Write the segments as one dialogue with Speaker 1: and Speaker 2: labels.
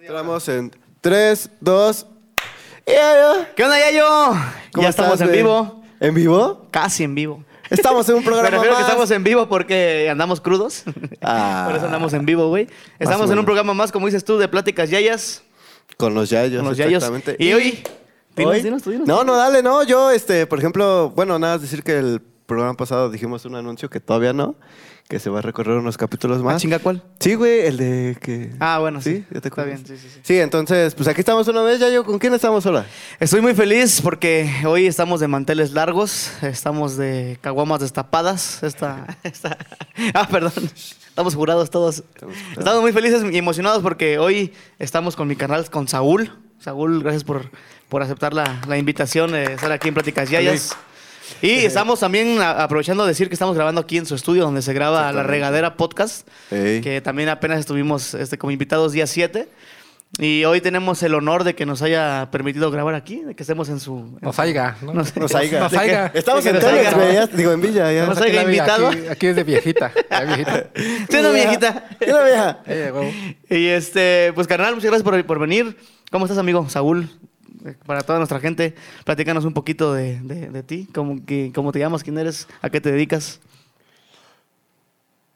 Speaker 1: Entramos en 3, 2. ¡Ya,
Speaker 2: ¿Qué onda, Yayo?
Speaker 1: ¿Cómo
Speaker 2: ya
Speaker 1: estás,
Speaker 2: estamos en
Speaker 1: güey?
Speaker 2: vivo.
Speaker 1: ¿En vivo?
Speaker 2: Casi en vivo.
Speaker 1: Estamos en un
Speaker 2: Me
Speaker 1: programa.
Speaker 2: refiero a que
Speaker 1: más.
Speaker 2: estamos en vivo porque andamos crudos.
Speaker 1: Ah.
Speaker 2: Por eso andamos en vivo, güey. Estamos en
Speaker 1: menos.
Speaker 2: un programa más, como dices tú, de pláticas yayas.
Speaker 1: Con los yayos.
Speaker 2: Con los yayos.
Speaker 1: exactamente.
Speaker 2: Y hoy. Dinos,
Speaker 1: hoy-
Speaker 2: dinos tú, dinos.
Speaker 1: No, no, dale, no. Yo, este, por ejemplo, bueno, nada, es decir que el programa pasado dijimos un anuncio que todavía no, que se va a recorrer unos capítulos
Speaker 2: Ah,
Speaker 1: más.
Speaker 2: chinga, ¿cuál?
Speaker 1: Sí, güey, el de que.
Speaker 2: Ah, bueno, sí.
Speaker 1: ya te
Speaker 2: Está
Speaker 1: acuerdas.
Speaker 2: bien, sí, sí, sí.
Speaker 1: entonces, pues aquí estamos una vez, Yayo. ¿Con quién estamos ahora?
Speaker 2: Estoy muy feliz porque hoy estamos de manteles largos, estamos de caguamas destapadas. Esta, esta- Ah, perdón. Estamos jurados todos.
Speaker 1: Estamos
Speaker 2: Estamos,
Speaker 1: jurados.
Speaker 2: muy felices y emocionados porque hoy estamos con mi canal, con Saúl. Saúl, gracias por, por aceptar la, la invitación de estar aquí en Pláticas Yayas. Y estamos también a- aprovechando de decir que estamos grabando aquí en su estudio donde se graba La
Speaker 1: Exactamente.
Speaker 2: Regadera Podcast
Speaker 1: Ey.
Speaker 2: que también apenas estuvimos este, como invitados día 7. Y hoy tenemos el honor de que nos haya permitido grabar aquí, de que estemos en su... en
Speaker 3: Nos
Speaker 2: su-
Speaker 3: salga, ¿no?
Speaker 2: Nos-
Speaker 1: Nos haiga.
Speaker 3: Nos haiga.
Speaker 1: Estamos
Speaker 2: Que
Speaker 1: en
Speaker 2: nos
Speaker 1: Teles,
Speaker 2: haiga.
Speaker 1: güey. ya- Digo, en Villa, ya.
Speaker 2: Nos
Speaker 3: Aquí la
Speaker 2: haiga
Speaker 3: vida,
Speaker 2: invitado.
Speaker 3: Aquí, aquí es de viejita, la viejita.
Speaker 2: Sí, no, viejita.
Speaker 1: ¿Qué una vieja?
Speaker 3: Eh, huevo.
Speaker 2: Y este, pues carnal, muchas gracias por, por venir. ¿Cómo estás, amigo? Saúl, eh, para toda nuestra gente, platícanos un poquito de, de- de ti, cómo, que, cómo te llamas, quién eres, a qué te dedicas.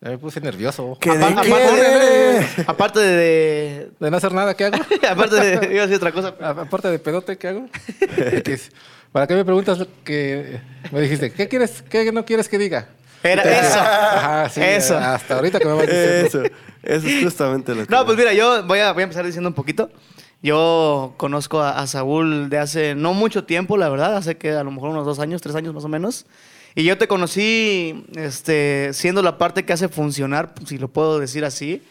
Speaker 3: Ya me puse nervioso.
Speaker 1: ¿Qué de
Speaker 2: Apa-
Speaker 1: qué eres?
Speaker 2: aparte, aparte de...
Speaker 3: De no hacer nada, ¿qué hago?
Speaker 2: de- aparte de... Iba a decir otra cosa.
Speaker 3: A- Aparte de pedote, ¿qué hago? X. ¿Para qué me preguntas lo que me dijiste? ¿Qué quieres, qué no quieres que diga?
Speaker 2: Era eso.
Speaker 3: Ajá, sí,
Speaker 2: Eso.
Speaker 3: Hasta ahorita que me vas diciendo.
Speaker 1: Eh, Eso, eso es justamente lo que.
Speaker 2: No, pues mira, yo voy a, voy a empezar diciendo un poquito. Yo conozco a, a Saúl de hace no mucho tiempo, la verdad, hace que a lo mejor unos dos años, tres años más o menos. Y yo te conocí este, siendo la parte que hace funcionar, si lo puedo decir así,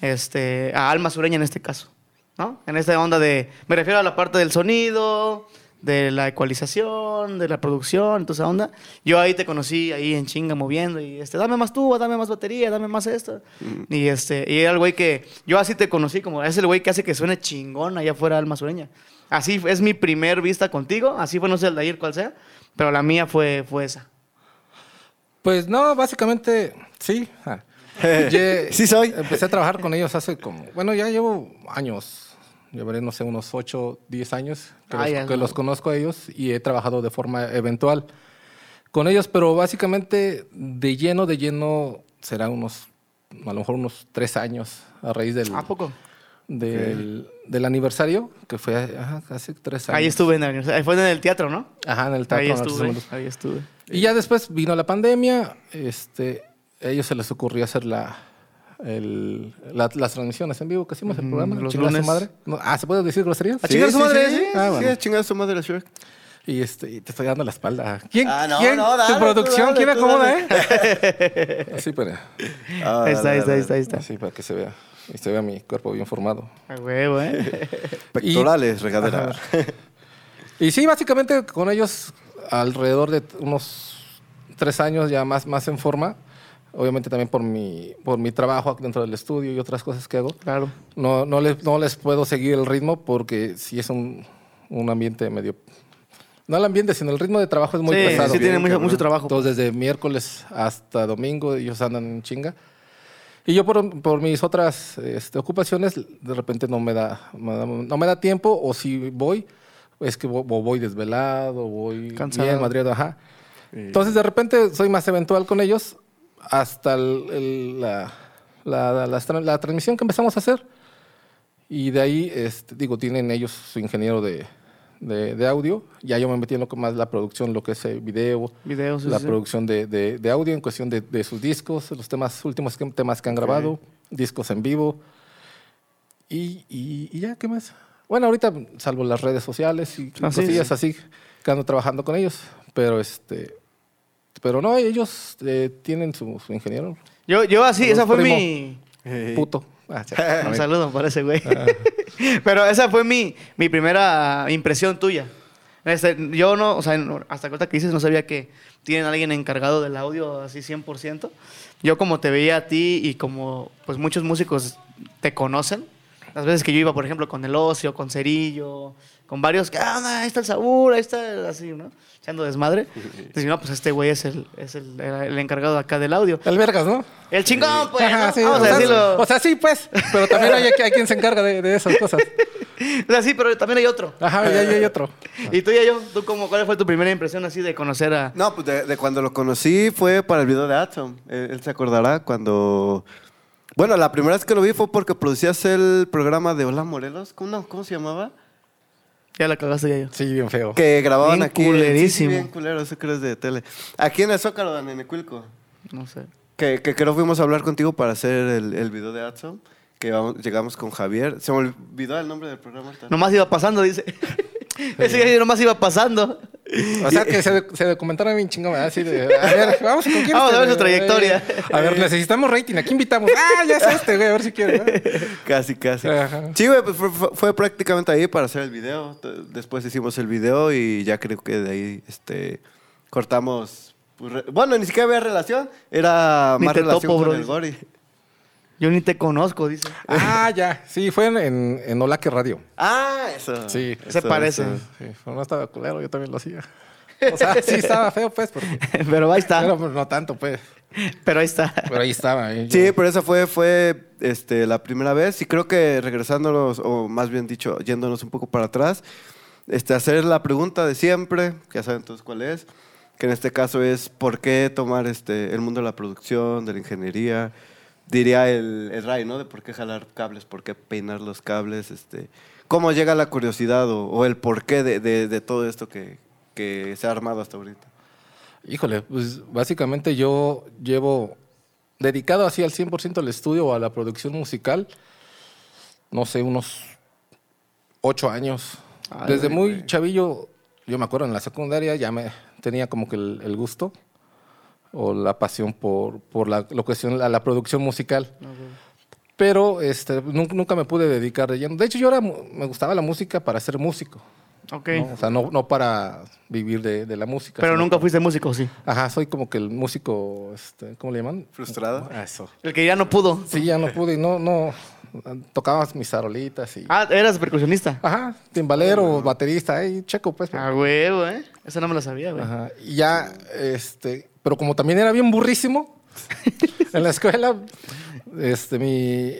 Speaker 2: este, a Alma Sureña en este caso. ¿no? En esta onda de, me refiero a la parte del sonido, de la ecualización, de la producción, toda esa onda. Yo ahí te conocí ahí en chinga moviendo y este, dame más tuba, dame más batería, dame más esto.
Speaker 3: Mm.
Speaker 2: Y este, y era el güey que yo así te conocí como es el güey que hace que suene chingón allá afuera alma sureña. Así fue- es mi primer vista contigo, así fue no sé el de ayer cuál sea, pero la mía fue fue esa.
Speaker 3: Pues no, básicamente sí. Ah. Ye-
Speaker 1: Eh, Sí soy.
Speaker 3: Empecé a trabajar con ellos hace como, bueno, ya llevo años, llevaré, no sé, unos 8, 10 años que,
Speaker 2: Ah, ya
Speaker 3: los,
Speaker 2: es
Speaker 3: que
Speaker 2: bueno.
Speaker 3: los conozco a ellos y he trabajado de forma eventual con ellos, pero básicamente de lleno, de lleno será unos, a lo mejor unos 3 años a raíz del,
Speaker 2: ¿A poco?
Speaker 3: del, del aniversario, que fue ajá, hace 3 años.
Speaker 2: Ahí estuve en el, ahí fue en el teatro, ¿no?
Speaker 3: Ajá, en el
Speaker 2: Ahí
Speaker 3: Teatro Artes
Speaker 2: estuve,
Speaker 3: Segundos.
Speaker 2: ahí estuve.
Speaker 3: Y ya después vino la pandemia, este, a ellos se les ocurrió hacer la, el- la- las transmisiones en vivo que hicimos el programa.
Speaker 2: los
Speaker 3: chingar a su
Speaker 2: lunes.
Speaker 3: madre. No, ah, ¿se puede decir groserías?
Speaker 2: ¿A chingar a su madre?
Speaker 1: Sí,
Speaker 3: Ah,
Speaker 1: sí,
Speaker 3: bueno.
Speaker 1: a chingar a su madre, Shrek.
Speaker 3: Y, este, y te estoy dando la espalda. ¿Quién?
Speaker 1: Ah, no,
Speaker 3: quién?
Speaker 1: no, dale,
Speaker 3: ¿Tu
Speaker 1: tú
Speaker 3: producción?
Speaker 1: dale,
Speaker 3: ¿Quién
Speaker 1: tú
Speaker 3: acomoda,
Speaker 1: dale.
Speaker 3: eh? Así para,
Speaker 1: Ah,
Speaker 2: ahí
Speaker 1: dale,
Speaker 2: está, ahí está, ahí
Speaker 1: dale.
Speaker 2: está, ahí está.
Speaker 3: así para que se vea. Y se vea mi cuerpo bien formado.
Speaker 2: A huevo, ¿eh?
Speaker 1: Pectorales, regadera.
Speaker 3: Y sí, básicamente con ellos alrededor de unos tres años ya más, más en forma. Obviamente también por mi, por mi trabajo dentro del estudio y otras cosas que hago.
Speaker 2: claro.
Speaker 3: No, no, les, no les puedo seguir el ritmo porque sí es un, un ambiente medio... No el ambiente, sino el ritmo de trabajo es muy
Speaker 2: sí,
Speaker 3: pesado.
Speaker 2: sí, tiene
Speaker 1: Bien,
Speaker 2: mucho,
Speaker 1: cabrón.
Speaker 2: mucho trabajo. pues.
Speaker 3: Entonces, desde miércoles hasta domingo ellos andan en chinga. Y yo por, por mis otras este, ocupaciones, de repente no me, da, me da- no me da tiempo o si voy, es que vo- vo- voy desvelado, voy
Speaker 2: Cansado.
Speaker 3: bien madriado, ajá. Entonces, de repente soy más eventual con ellos hasta el- el- la, la- la- las tra- la transmisión que empezamos a hacer. Y de ahí, este, digo, tienen ellos su ingeniero de, de- de audio. Ya yo me metí en lo que más la producción, lo que es el video,
Speaker 2: Videos, sí,
Speaker 3: la
Speaker 2: sí.
Speaker 3: producción de, de- de audio en cuestión de, de sus discos, los temas últimos que- temas que han grabado, discos en vivo. Y, y- y ya, ¿qué más? Bueno, ahorita salvo las redes sociales y
Speaker 2: Ah, sí,
Speaker 3: cosillas
Speaker 2: sí.
Speaker 3: así, que ando trabajando con ellos. Pero este pero no, ellos eh, tienen su, su ingeniero.
Speaker 2: Yo, yo así,
Speaker 3: Con
Speaker 2: esa
Speaker 3: un
Speaker 2: fue
Speaker 3: primo.
Speaker 2: mi...
Speaker 3: Puto. Ah, sí,
Speaker 2: Un
Speaker 3: a ver.
Speaker 2: saludo para ese güey.
Speaker 3: Ah.
Speaker 2: Pero esa fue mi, mi primera impresión tuya. Este, yo no, o sea, no- hasta ahorita que dices, no sabía que tienen alguien encargado del audio así 100%. Yo como te veía a ti y como pues muchos músicos te conocen, Las veces que yo iba, por ejemplo, con el ocio, con Cerillo, con varios, que, ah, no, ahí está el Saúl, ahí está, el-", así, ¿no? Echando desmadre. Entonces, no, pues este güey es, el, es el, era el encargado acá del audio.
Speaker 3: El vergas, ¿no?
Speaker 2: El chingón, pues.
Speaker 3: Ajá,
Speaker 2: ¿no?
Speaker 3: sí,
Speaker 2: Vamos
Speaker 3: o,
Speaker 2: a
Speaker 3: sea,
Speaker 2: decirlo.
Speaker 3: o sea, sí, pues. Pero también hay, hay quien se encarga de, de esas cosas.
Speaker 2: O sea, sí, pero también hay otro.
Speaker 3: Ajá, y ahí hay otro.
Speaker 2: Y tú y yo, ¿tú cómo, ¿cuál fue tu primera impresión así de conocer a...?
Speaker 1: No, pues de, de cuando lo conocí fue para el video de Atom. Él, él se acordará cuando. Bueno, la primera vez que lo vi fue porque producías el programa de Hola Morelos. ¿Cómo, no? ¿Cómo se llamaba?
Speaker 2: Ya la cagaste, ya yo.
Speaker 3: Sí, bien feo.
Speaker 1: Que grababan
Speaker 2: Bien
Speaker 1: aquí. en- sí, sí,
Speaker 2: culerísimo.
Speaker 1: bien culero, eso creo es de tele. Aquí en el Zócalo, en Nenecuilco.
Speaker 2: No sé.
Speaker 1: Que, que creo fuimos a hablar contigo para hacer el, el video de Atom. Que vamos- llegamos con Javier. Se me olvidó el nombre del programa. ahorita.
Speaker 2: Nomás iba pasando, dice. Ese día nomás iba pasando.
Speaker 3: O sea, que se, se documentaron bien chingón. ¿verdad? Así de, a ver, vamos con quién.
Speaker 2: Vamos a ver su
Speaker 3: este,
Speaker 2: trayectoria.
Speaker 3: eh, A ver, necesitamos rating. ¿A quién invitamos? Ah, ya sé este, güey. A ver si quiere. ¿verdad?
Speaker 1: Casi, casi.
Speaker 3: Ajá.
Speaker 1: Sí, güey, pues fue, fue- fue prácticamente ahí para hacer el video. T- Después hicimos el video y ya creo que de ahí este, cortamos. pues, re- Bueno, ni siquiera había relación. Era
Speaker 2: Ni
Speaker 1: más
Speaker 2: te
Speaker 1: relación
Speaker 2: topo,
Speaker 1: con
Speaker 2: bro,
Speaker 1: el
Speaker 2: dice.
Speaker 1: Gori.
Speaker 2: Yo ni te conozco, dice.
Speaker 3: Ah, ya. Sí, fue en, en, en Olaque Radio.
Speaker 1: Ah, eso.
Speaker 3: Sí, se
Speaker 2: parece.
Speaker 3: Sí, pero no estaba culero, yo también lo hacía. O sea, sí estaba feo, pues, porque...
Speaker 2: Pero ahí está.
Speaker 3: Pero pues, no tanto, pues.
Speaker 2: Pero ahí está.
Speaker 3: Pero ahí estaba. ¿eh?
Speaker 1: Sí, pero esa fue, fue este, la primera vez. Y creo que regresándonos, o más bien dicho, yéndonos un poco para atrás, este, hacer la pregunta de siempre, que ya saben todos cuál es, que en este caso es por qué tomar este, el mundo de la producción, de la ingeniería. Diría el, el Ray, ¿no? De por qué jalar cables, por qué peinar los cables, este. ¿Cómo llega la curiosidad o, o el porqué de, de, de todo esto que, que se ha armado hasta ahorita?
Speaker 3: Híjole, pues básicamente yo llevo dedicado así al 100% al estudio o a la producción musical, no sé, unos ocho años.
Speaker 2: Ay,
Speaker 3: Desde
Speaker 2: güey,
Speaker 3: muy chavillo, yo me acuerdo en la secundaria ya me tenía como que el, el gusto o la pasión por, por la, lo cuestión, la, la producción musical. Pero este, nun- nunca, me pude dedicar de lleno. De hecho, yo era, mu- me gustaba la música para ser músico.
Speaker 2: Ok.
Speaker 3: ¿no? O sea, no, no para vivir de, de la música.
Speaker 2: Pero
Speaker 3: sino
Speaker 2: nunca fuiste músico, sí.
Speaker 3: Ajá, soy como que el músico, este, ¿cómo le llaman?
Speaker 1: ¿Frustrado?
Speaker 3: Ah, Eso.
Speaker 2: El que ya no pudo.
Speaker 3: Sí, ya no pude, no, no, tocaba mis zarolitas y...
Speaker 2: Ah, eras percusionista.
Speaker 3: Ajá, timbalero, baterista, ahí, checo, pues.
Speaker 2: Ah, huevo, ¿eh? Esa no me la sabía,
Speaker 1: Pues.
Speaker 2: güey.
Speaker 3: Ajá, y ya, este, pero como también era bien burrísimo en la escuela, este, mi,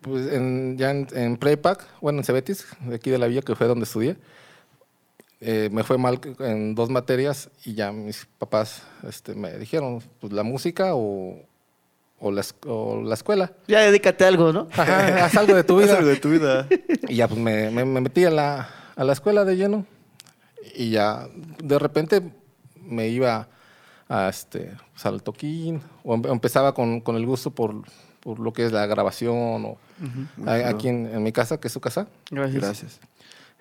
Speaker 3: pues, en, ya en, en prepa, bueno, en Cebetis, de aquí de la villa, que fue donde estudié, eh, me fue mal en dos materias y ya mis papás, este, me dijeron, pues, la música o, o la, es- o la escuela.
Speaker 2: Ya dedícate a algo, ¿no?
Speaker 3: Ajá, haz algo de tu
Speaker 1: Haz
Speaker 3: vida.
Speaker 1: algo de tu vida.
Speaker 3: Y ya pues me, me- me metí a la, a la escuela de lleno. Y ya de repente me iba a, este, pues, al toquín o em- empezaba con, con el gusto por, por lo que es la grabación o a-
Speaker 1: Muy
Speaker 3: aquí en, en mi casa, que es su casa.
Speaker 2: Gracias.
Speaker 1: Gracias.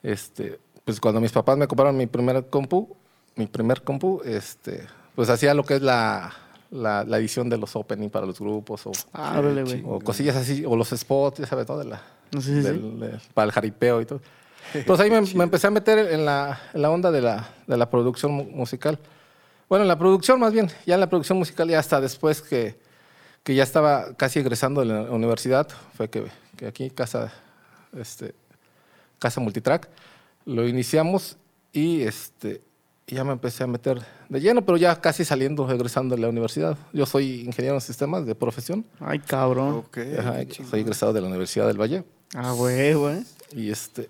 Speaker 3: Este, pues cuando mis papás me compraron mi primer compu, mi primer compu, este, pues hacía lo que es la, la, la edición de los opening para los grupos o,
Speaker 2: Ah, órale, güey.
Speaker 3: o cosillas así, o los spots, ya sabes, ¿no? De la,
Speaker 2: No sé si sí.
Speaker 3: del- de- para el jaripeo y todo. Entonces ahí me, me empecé a meter en la, en la onda de la, de la producción mu- musical. Bueno, en la producción más bien, ya en la producción musical ya hasta después que, que ya estaba casi egresando de la universidad, fue que, que aquí casa, este, casa multitrack, lo iniciamos y este, y ya me empecé a meter de lleno, pero ya casi saliendo, egresando de la universidad. Yo soy ingeniero en sistemas de profesión,
Speaker 2: Ay, cabrón.
Speaker 1: Ok.
Speaker 3: Ajá, soy egresado de la Universidad del Valle.
Speaker 2: Ah, huevo, ¿eh?
Speaker 3: Y este.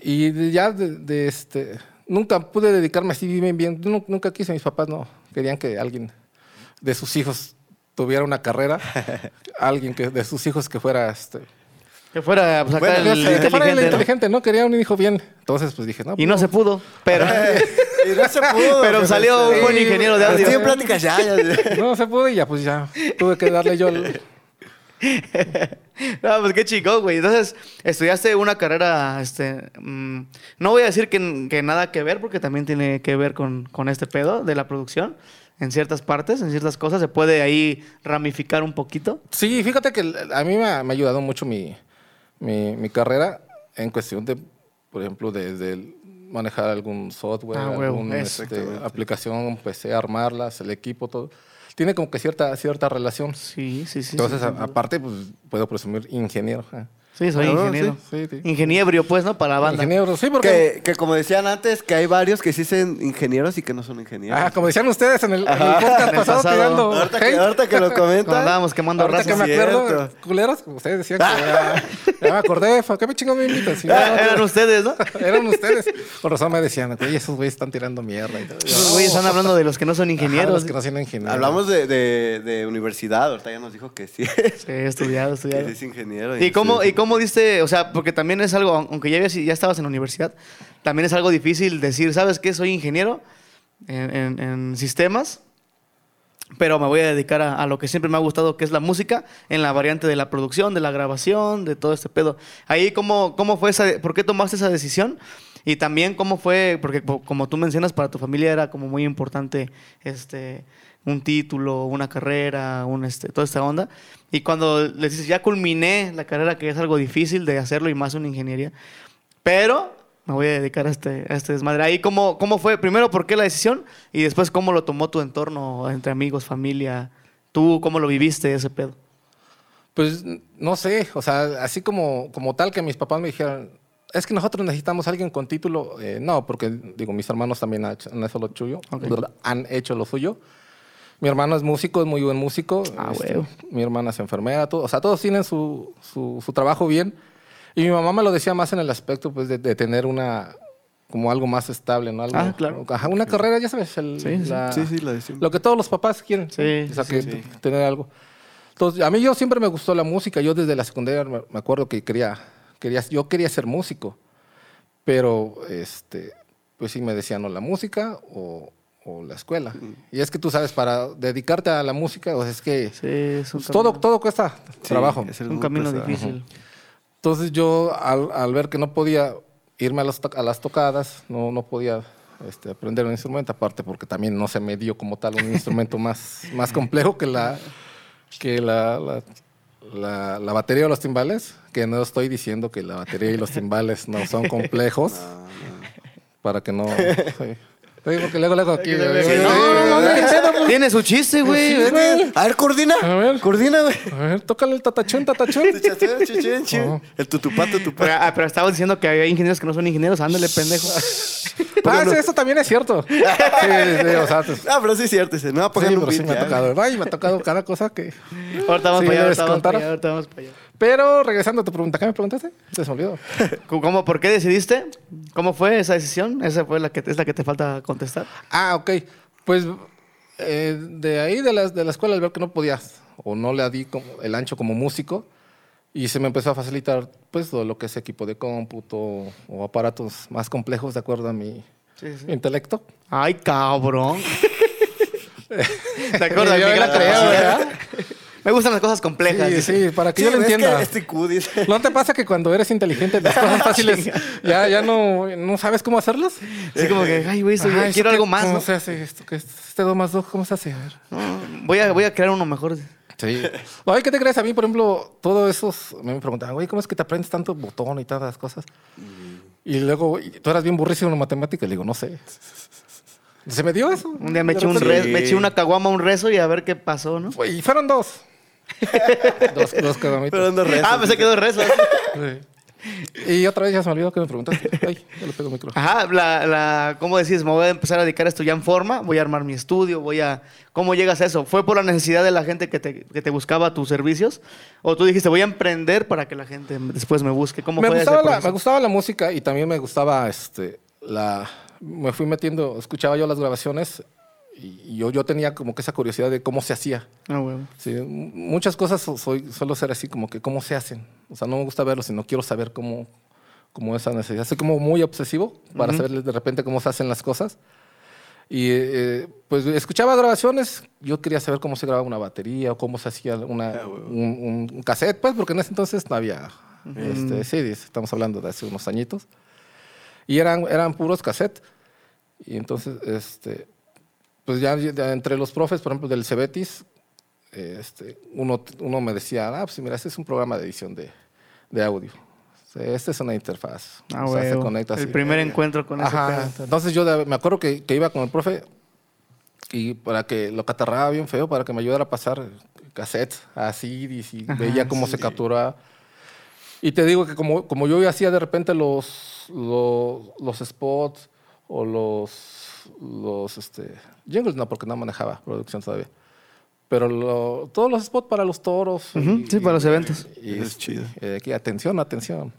Speaker 3: Y de- ya de, de este. Nunca pude dedicarme así bien, bien. Nu- Nunca, quise, mis papás no querían que alguien de sus hijos tuviera una carrera. alguien que, de sus hijos que fuera este.
Speaker 2: Que fuera pues, acá
Speaker 1: Bueno,
Speaker 2: el
Speaker 1: yo sé,
Speaker 3: que fuera el
Speaker 2: inteligente, ¿no?
Speaker 3: inteligente, ¿no? Quería un hijo bien. Entonces, pues dije, no.
Speaker 2: Y no se pudo, pero...
Speaker 1: Eh, Y no se pudo,
Speaker 2: Pero salió
Speaker 1: este,
Speaker 2: un buen ingeniero de
Speaker 1: Pero
Speaker 2: audio.
Speaker 1: Estoy en pláticas ya, ya, ya.
Speaker 3: no se pudo y ya, pues ya tuve que darle yo el-
Speaker 2: No, pues qué chico, güey. Entonces, estudiaste una carrera, este... mm, no voy a decir que, que nada que ver, porque también tiene que ver con, con este pedo de la producción. En ciertas partes, en ciertas cosas, se puede ahí ramificar un poquito.
Speaker 3: Sí, fíjate que el- a mí me ha, me ha ayudado mucho mi, mi- mi carrera en cuestión de, por ejemplo, de, de manejar algún software,
Speaker 2: Ah, huevo,
Speaker 3: alguna
Speaker 2: eso.
Speaker 1: Exactamente.
Speaker 3: aplicación, pues armarlas, el equipo, todo. Tiene como que cierta, cierta relación.
Speaker 2: Sí, sí, sí.
Speaker 3: Entonces,
Speaker 2: sí,
Speaker 3: a-
Speaker 2: sí.
Speaker 3: aparte, pues, puedo presumir ingeniero. ¿eh?
Speaker 2: Sí, soy
Speaker 1: Cabrón,
Speaker 2: ingeniero.
Speaker 3: sí, sí, sí.
Speaker 2: Ingeniebrio, pues, ¿no? Para la banda.
Speaker 3: Ingeniero, sí, porque...
Speaker 1: Que, que como decían antes, que hay varios que sí dicen ingenieros y que no son ingenieros.
Speaker 3: Ah, como decían ustedes en el, en el
Speaker 2: Ajá. En
Speaker 3: podcast
Speaker 2: el
Speaker 3: pasado,
Speaker 2: pasado.
Speaker 3: tirando
Speaker 1: ahorita, que,
Speaker 3: hate.
Speaker 1: ahorita que lo
Speaker 2: Cuando
Speaker 1: comentan.
Speaker 2: andábamos quemando
Speaker 3: Ahorita que
Speaker 2: razas.
Speaker 3: me acuerdo,
Speaker 1: Cierto.
Speaker 3: culeros, como ustedes decían que ya, ya me acordé, fa, ¿qué me chingo me invitan? Si no,
Speaker 2: Ah, Eran ustedes, ¿no?
Speaker 3: eran ustedes. Por razón me decían, güey, esos güeyes están tirando mierda. Y todo.
Speaker 2: Esos güeyes están hablando de los que no son
Speaker 3: Ajá,
Speaker 2: ingenieros.
Speaker 3: los que no son ingenieros.
Speaker 1: Hablamos de, de- de universidad, ahorita ya nos dijo que sí es,
Speaker 2: Sí, estudiado,
Speaker 1: que
Speaker 2: estudiado.
Speaker 1: sí es ingeniero. este
Speaker 2: ¿Y cómo,
Speaker 1: sí.
Speaker 2: ¿Y cómo diste? O sea, porque también es algo, aunque ya, habías- ya estabas en la universidad, también es algo difícil decir, ¿sabes qué? Soy ingeniero en, en- en sistemas, pero me voy a dedicar a, a lo que siempre me ha gustado, que es la música, en la variante de la producción, de la grabación, de todo este pedo. Ahí, ¿cómo, cómo fue esa? ¿Por qué tomaste esa decisión? Y también, ¿cómo fue? Porque po- como tú mencionas, para tu familia era como muy importante este un título, una carrera, un este, toda esta onda. Y cuando les dices, ya culminé la carrera, que es algo difícil de hacerlo y más una ingeniería, pero me voy a dedicar a este, a este desmadre. Ahí, ¿cómo, ¿cómo fue? Primero, ¿por qué la decisión? Y después, ¿cómo lo tomó tu entorno entre amigos, familia? ¿Tú cómo lo viviste ese pedo?
Speaker 3: Pues no sé, o sea, así como, como tal que mis papás me dijeron, es que nosotros necesitamos a alguien con título. eh, no, porque digo, mis hermanos también han hecho, han hecho lo suyo, han hecho lo suyo. Mi hermano es músico, es muy buen músico. este,
Speaker 2: Ah, huevo.
Speaker 3: mi hermana es enfermera, todo- o sea, todos tienen su, su, su trabajo bien. Y mi mamá me lo decía más en el aspecto pues, de, de tener una, como algo más estable, ¿no? Algo-
Speaker 2: Ah, claro.
Speaker 3: ajá, una carrera, ya sabes, el-
Speaker 2: Sí, sí.
Speaker 3: la-
Speaker 1: Sí, sí, la decimos.
Speaker 3: lo que todos los papás quieren.
Speaker 2: Sí,
Speaker 3: O sea,
Speaker 2: sí,
Speaker 3: que
Speaker 1: sí.
Speaker 3: tener algo. Entonces, a mí yo siempre me gustó la música. Yo desde la secundaria me me acuerdo que quería, quería yo quería ser músico. Pero, este, pues sí me decían o la música o, o la escuela.
Speaker 2: Mm.
Speaker 3: Y es que tú sabes, para dedicarte a la música, o sea, es que
Speaker 2: Sí, es un
Speaker 3: pues, todo,
Speaker 2: camino-
Speaker 3: todo cuesta
Speaker 1: Sí,
Speaker 3: trabajo.
Speaker 1: es el
Speaker 2: un
Speaker 1: muy
Speaker 2: camino
Speaker 1: pesado.
Speaker 2: difícil.
Speaker 3: Entonces yo al, al ver que no podía irme a, los to- a las tocadas, no, no podía este, aprender un instrumento, aparte porque también no se me dio como tal un instrumento más, más complejo que la que la, la, la- la batería o los timbales, que no estoy diciendo que la batería y los timbales no son complejos, para que no... sí. Sí, porque luego, luego aquí...
Speaker 1: Sí,
Speaker 2: No, no, no,
Speaker 1: ¿verdad?
Speaker 2: Tiene su chiste, güey.
Speaker 1: Sí, güey. A ver, coordina.
Speaker 3: A ver.
Speaker 1: Coordina, güey.
Speaker 3: A ver, tócale el tatachón, tatachón. Ajá.
Speaker 1: El tutupá, tutupá.
Speaker 2: Pero, ah, pero estaba diciendo que hay ingenieros que no son ingenieros. Ándale, pendejo.
Speaker 3: Ah, sí, eso también es cierto. Sí, sí, o sea, pues,
Speaker 1: Ah, pero sí es cierto. Dice, no, va a
Speaker 3: Sí,
Speaker 1: poner un
Speaker 3: pero sí
Speaker 1: beat
Speaker 3: me ha
Speaker 1: ya.
Speaker 3: tocado. Ay, me ha tocado cada cosa que.
Speaker 2: Ahorita vamos
Speaker 3: Sí,
Speaker 2: para allá,
Speaker 3: ¿les
Speaker 2: ahorita vamos para
Speaker 3: contara?
Speaker 2: allá, ahorita vamos para allá.
Speaker 3: Pero regresando a tu pregunta, ¿qué me preguntaste? Se me olvidó.
Speaker 2: ¿Cómo, ¿Por qué decidiste? ¿Cómo fue esa decisión? Esa fue la que es la que te falta contestar.
Speaker 3: Ah, ok. Pues eh, de ahí de la, de la escuela, al ver que no podías o no le di como el ancho como músico, y se me empezó a facilitar pues todo lo que es equipo de cómputo o aparatos más complejos de acuerdo a mi
Speaker 2: Sí, sí.
Speaker 3: intelecto.
Speaker 2: Ay, cabrón. ¿Te acuerdas?
Speaker 3: Yo
Speaker 2: mi
Speaker 3: la
Speaker 2: gran
Speaker 3: creo,
Speaker 2: capacidad?
Speaker 3: ¿verdad?
Speaker 2: Me gustan las cosas complejas.
Speaker 3: Sí,
Speaker 2: dice.
Speaker 3: sí, para que
Speaker 1: Sí,
Speaker 3: yo lo
Speaker 1: ves que
Speaker 3: entienda.
Speaker 1: Este Q dice.
Speaker 3: ¿No te pasa que cuando eres inteligente las cosas fáciles ya, ya no, no sabes cómo hacerlas?
Speaker 2: Así como que, ay, güey, eso-
Speaker 3: Ajá, ¿esto
Speaker 2: quiero
Speaker 3: qué-
Speaker 2: algo más.
Speaker 3: ¿Cómo
Speaker 2: ¿no?
Speaker 3: se hace esto? ¿Qué es? Este 2 más 2, ¿cómo se hace? A ver.
Speaker 2: No, voy, a, voy a crear uno mejor.
Speaker 3: Sí. Ay, ¿qué te crees? A mí, por ejemplo, todos esos... Me preguntaban, güey, ¿cómo es que te aprendes tanto botón y tantas cosas? Y luego, y tú eras bien burrísimo en matemáticas. Le digo, no sé. Se me dio eso.
Speaker 2: Un día me
Speaker 3: De
Speaker 2: eché, un
Speaker 3: repente-
Speaker 2: re- me eché una caguama, un rezo y a ver qué pasó, ¿no?
Speaker 3: Fue- Y fueron dos. dos, dos caguamitas.
Speaker 1: Pero ando rezo.
Speaker 2: Ah, pensé que dos rezos.
Speaker 3: Sí. Y otra vez ya se me olvidó que me preguntaste. Ay, ya le pego el micro.
Speaker 2: Ajá, la, la, ¿cómo decís? Me voy a empezar a dedicar a esto ya en forma, voy a armar mi estudio, voy a... ¿Cómo llegas a eso? ¿Fue por la necesidad de la gente que te, que te buscaba tus servicios? ¿O tú dijiste, voy a emprender para que la gente después me busque? ¿Cómo
Speaker 3: me
Speaker 2: fue ese
Speaker 3: gustaba, la,
Speaker 2: proceso?
Speaker 3: me gustaba la música y también me gustaba este la me fui metiendo escuchaba yo las grabaciones y yo, yo tenía como que esa curiosidad de cómo se hacía
Speaker 2: Ah, huevo.
Speaker 3: Sí, m- muchas cosas so- soy, suelo ser así como que cómo se hacen o sea no me gusta verlo sino quiero saber cómo cómo esa necesidad soy como muy obsesivo para saber de repente cómo se hacen las cosas y eh, pues escuchaba grabaciones yo quería saber cómo se grababa una batería o cómo se hacía una,
Speaker 1: Ah, huevo.
Speaker 3: un, un cassette pues porque en ese entonces no había este, CDs estamos hablando de hace unos añitos y eran eran puros cassettes y entonces este pues ya, ya entre los profes por ejemplo del Cebetis este, uno, uno me decía, ah, pues mira, este es un programa de edición de, de audio. O sea, Esta es una interfaz.
Speaker 2: Ah,
Speaker 3: o sea, se
Speaker 2: huevo.
Speaker 3: conecta así.
Speaker 2: El primer encuentro con ese
Speaker 3: Ajá.
Speaker 2: pedo.
Speaker 3: Entonces yo de- me acuerdo que, que iba con el profe y para que lo catarraba bien feo, para que me ayudara a pasar cassettes así, y, si veía cómo se capturaba. Y te digo que como, como yo hacía de repente los, los, los spots o los, los este, jingles, no, porque no manejaba producción todavía. Pero lo- todos los spots para los toros.
Speaker 2: Ujú, sí, para los eventos.
Speaker 3: y,
Speaker 1: Eso es chido.
Speaker 3: eh, aquí, atención, atención.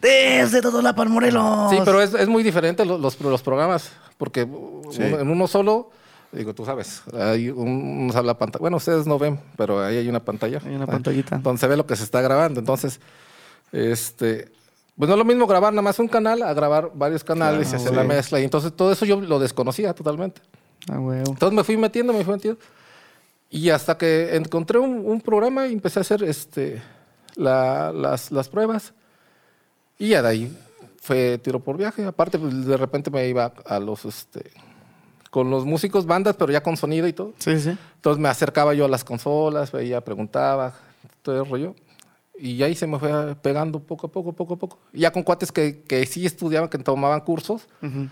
Speaker 2: Desde todo la Morelos.
Speaker 3: Sí, pero es, es muy diferente lo- los, los programas, porque
Speaker 1: Sí.
Speaker 3: uno- en uno solo, digo, tú sabes, hay un, unos habla pantalla. Bueno, ustedes no ven, pero ahí hay una pantalla.
Speaker 2: Hay una
Speaker 3: ah,
Speaker 2: pantallita.
Speaker 3: Donde se ve lo que se está grabando. Entonces, este, pues no es lo mismo grabar nada más un canal a grabar varios canales y
Speaker 1: Claro,
Speaker 3: hacer
Speaker 1: sí.
Speaker 3: la mezcla. Y entonces todo eso yo lo desconocía totalmente.
Speaker 2: Ah, huevo.
Speaker 3: Entonces me fui metiendo, me fui metiendo. Y hasta que encontré un, un programa y empecé a hacer este, la- las, las pruebas. Y ya de ahí fue tiro por viaje. Aparte, pues, de repente me iba a los, este, con los músicos, bandas, pero ya con sonido y todo.
Speaker 2: Sí, sí.
Speaker 3: Entonces me acercaba yo a las consolas, veía, preguntaba, todo el rollo. Y ahí se me fue pegando poco a poco, poco a poco. Y ya con cuates que, que sí estudiaban, que tomaban cursos,
Speaker 2: Ujú.